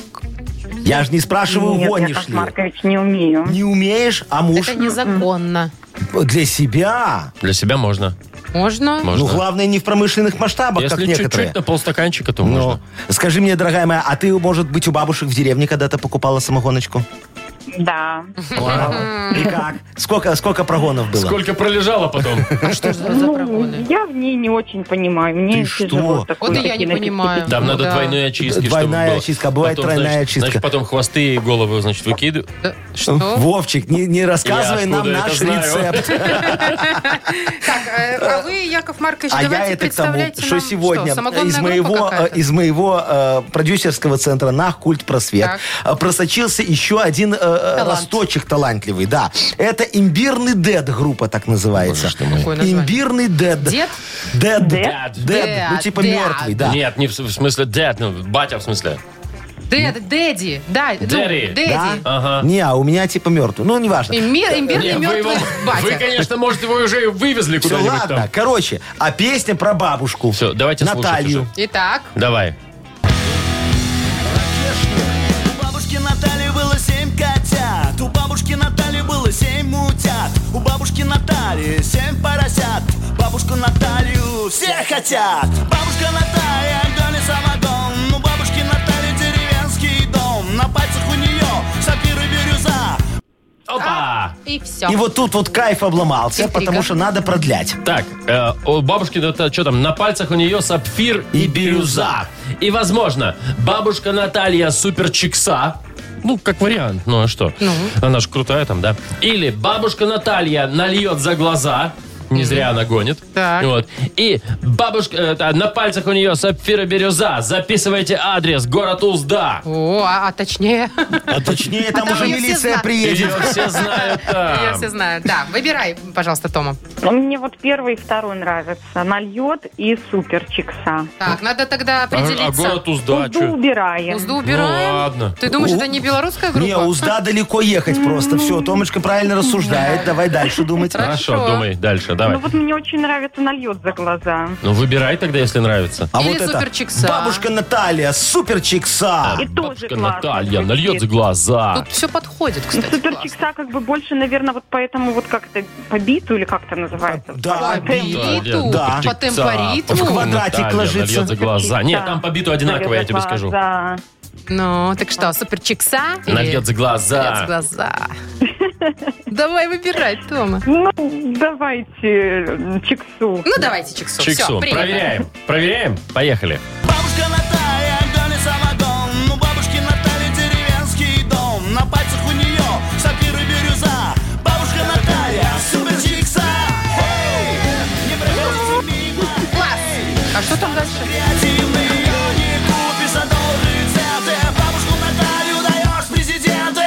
D: Я же не спрашиваю,
G: Нет,
D: гонишь
G: Яков
D: ли.
G: Маркович, не умею.
D: Не умеешь, а муж
C: это незаконно.
D: для себя.
B: Для себя можно.
C: Можно?
B: Можно.
D: Ну, главное, не в промышленных масштабах, как
B: Если
D: некоторые.
B: чуть-чуть на полстаканчика, то
D: Ну,
B: можно.
D: скажи мне, дорогая моя, а ты, может быть, у бабушек в деревне когда-то покупала самогоночку?
G: Да.
D: И как? Сколько, сколько прогонов было?
B: Сколько пролежало потом?
D: Ну,
C: А что за, за прогоны?
G: Ну, я в ней не очень понимаю. Мне
D: Ты что?
G: тяжело такую-
C: Вот и я не
G: такие напитки
C: понимаю.
G: пить.
B: Там надо
C: Да.
B: двойные очистки, чтобы
D: ну Двойная
B: было.
D: очистка, а бывает тройная
B: значит,
D: очистка.
B: Значит, потом хвосты и головы, значит, выкидывают.
C: Да, Что?
D: Вовчик, не, не рассказывай
B: Я
D: нам
B: откуда это
D: наш
B: знаю?
D: рецепт.
C: Так, э, а вы, Яков Маркович,
D: А я
C: давайте
D: это к тому,
C: представляйте
D: что
C: нам,
D: сегодня
C: самогонная
D: из
C: группа
D: моего, э,
C: какая-то?
D: из моего э, продюсерского центра «Нах Культ Просвет»
C: Так.
D: э, просочился еще один э, э, росточек талантливый. Да, это имбирный дед группа так называется.
C: Какое название?
D: Имбирный дед.
C: Дед?
D: Дед.
B: Дед?
D: Дед. Ну типа
C: Дед.
D: мертвый, да.
B: Нет, не в с- в смысле дед, ну, батя в смысле.
C: Дед, Дэдди. Да, ну,
B: Дэри.
D: Да?
C: Дэдди.
B: Ага.
D: Не, а у меня типа мертвый. Ну, неважно.
C: Имбир- Имбирный
B: Не, вы, его-
C: мертвый
B: вы,
C: батя.
B: конечно, может, его уже и вывезли
D: Все,
B: куда-нибудь
D: ладно.
B: там.
D: Короче, а песня про бабушку.
B: Все, давайте слушать
D: Наталью.
B: уже.
C: Итак,
B: Давай.
I: У бабушки Натальи было семь котят У бабушки Натальи было семь утят У бабушки Натальи семь поросят Бабушку Наталью все хотят Бабушка Наталья гонит самогон У бабушки Натальи деревенский дом На пальцах у нее сапир и бирюза
B: Опа!
C: и все.
D: И вот тут вот кайф обломался,
C: Интрига.
D: потому что надо продлять.
B: Так, э, у бабушки, что там, на пальцах у нее сапфир и,
D: И
B: бирюза. И, возможно, бабушка Наталья суперчикса. Ну, как вариант, ну а что? Она же крутая там, да? Или бабушка Наталья нальет за глаза. Не зря она гонит.
C: Так.
B: Вот. И бабушка, э, та- на пальцах у нее сапфира бирюза. Записывайте адрес, город Узда.
C: О, а, а точнее,
D: А точнее, там
C: там
D: уже
C: её все
D: милиция
C: знают.
B: Ее
D: приедет.
B: все знают
C: я
B: там.
C: все знаю. Да, выбирай, пожалуйста, Тома.
G: Ну, Мне вот первый и второй нравятся. Нальет и супер чикса. Ну,
C: Так, надо тогда
B: А, а
C: определиться.
B: город Узда,
G: Узду
B: чё?
G: убираем.
C: Узду убираем.
B: Ну, ладно.
C: Ты думаешь, это не белорусская группа?
D: Не, узда далеко ехать просто. Все, Томочка правильно рассуждает. Давай дальше думать.
B: Хорошо,
C: Хорошо.
B: думай дальше, давай.
G: Ну вот мне очень нравится нальет за глаза.
B: Ну, выбирай тогда, если нравится.
D: А
C: Или
D: вот это
C: суперчикса.
D: бабушка Наталья, суперчикса.
B: А.
G: И тоже
B: Бабушка
G: классно
B: Наталья
G: звучит.
B: нальет за глаза.
C: Тут все подходит,
G: Ну,
C: кстати.
G: Супер
C: классно.
G: чикса как бы больше, наверное, вот поэтому вот как это по биту или как это называется?
D: Да,
C: По
G: По темпу.
C: биту,
B: Да, Лен,
D: да.
C: по темпоритму.
D: В квадратик
B: Наталья
D: ложится.
B: нальет за глаза. Нет, там по биту одинаково, я тебе
G: Наверное,
B: скажу.
G: да.
C: Ну, так что, суперчикса?
B: Нальет
C: или
B: за
C: нальет за
B: глаза.
C: глаза. Давай выбирать, Тома.
G: Ну, давайте э, чиксу.
C: Ну, давайте чиксу.
B: Чиксу.
C: Все,
B: Проверяем. Проверяем. Поехали.
I: Бабушка Наталья гонит самогон У бабушки Натальи Ну, деревенский дом На пальцах у нее сапир и бирюза Бабушка Наталья, супер чикса Эй, не проходите мимо
C: А что там дальше?
I: Креативный не купишь за доллары центы Бабушку Наталью даешь президенты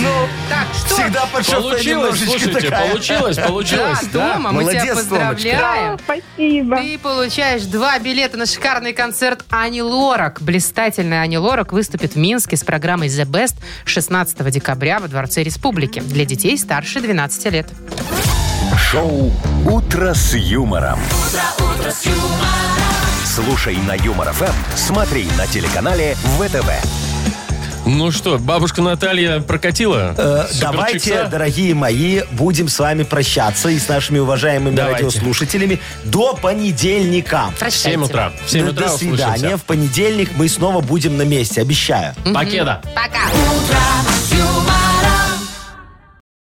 C: Ну, так, что?
D: Всегда под шофе
B: Получилось,
D: немножечко
B: слушайте,
D: такая.
B: получилось,
C: Да,
B: получилось. да.
C: Тома, мы тебя
D: Молодец, Томочка.
C: поздравляем.
G: Спасибо.
C: Ты получаешь два билета на шикарный концерт Ани Лорак. Блистательная Ани Лорак выступит в Минске с программой The Best 16 декабря во Дворце Республики для детей старше 12 лет.
A: Шоу «Утро с юмором». Слушай на Юмор ФМ, смотри на телеканале ВТВ.
B: Ну что, бабушка Наталья прокатила?
D: Э,
B: Суперчикса?
D: Давайте, дорогие мои, будем с вами прощаться и с нашими уважаемыми
B: Давайте.
D: радиослушателями до понедельника.
B: В
C: Прощайте.
B: 7 утра. В 7
D: До-
B: утра
D: до свидания.
B: услышимся.
D: В понедельник мы снова будем на месте, обещаю.
B: Покеда.
C: Пока.
J: Утро с юмором.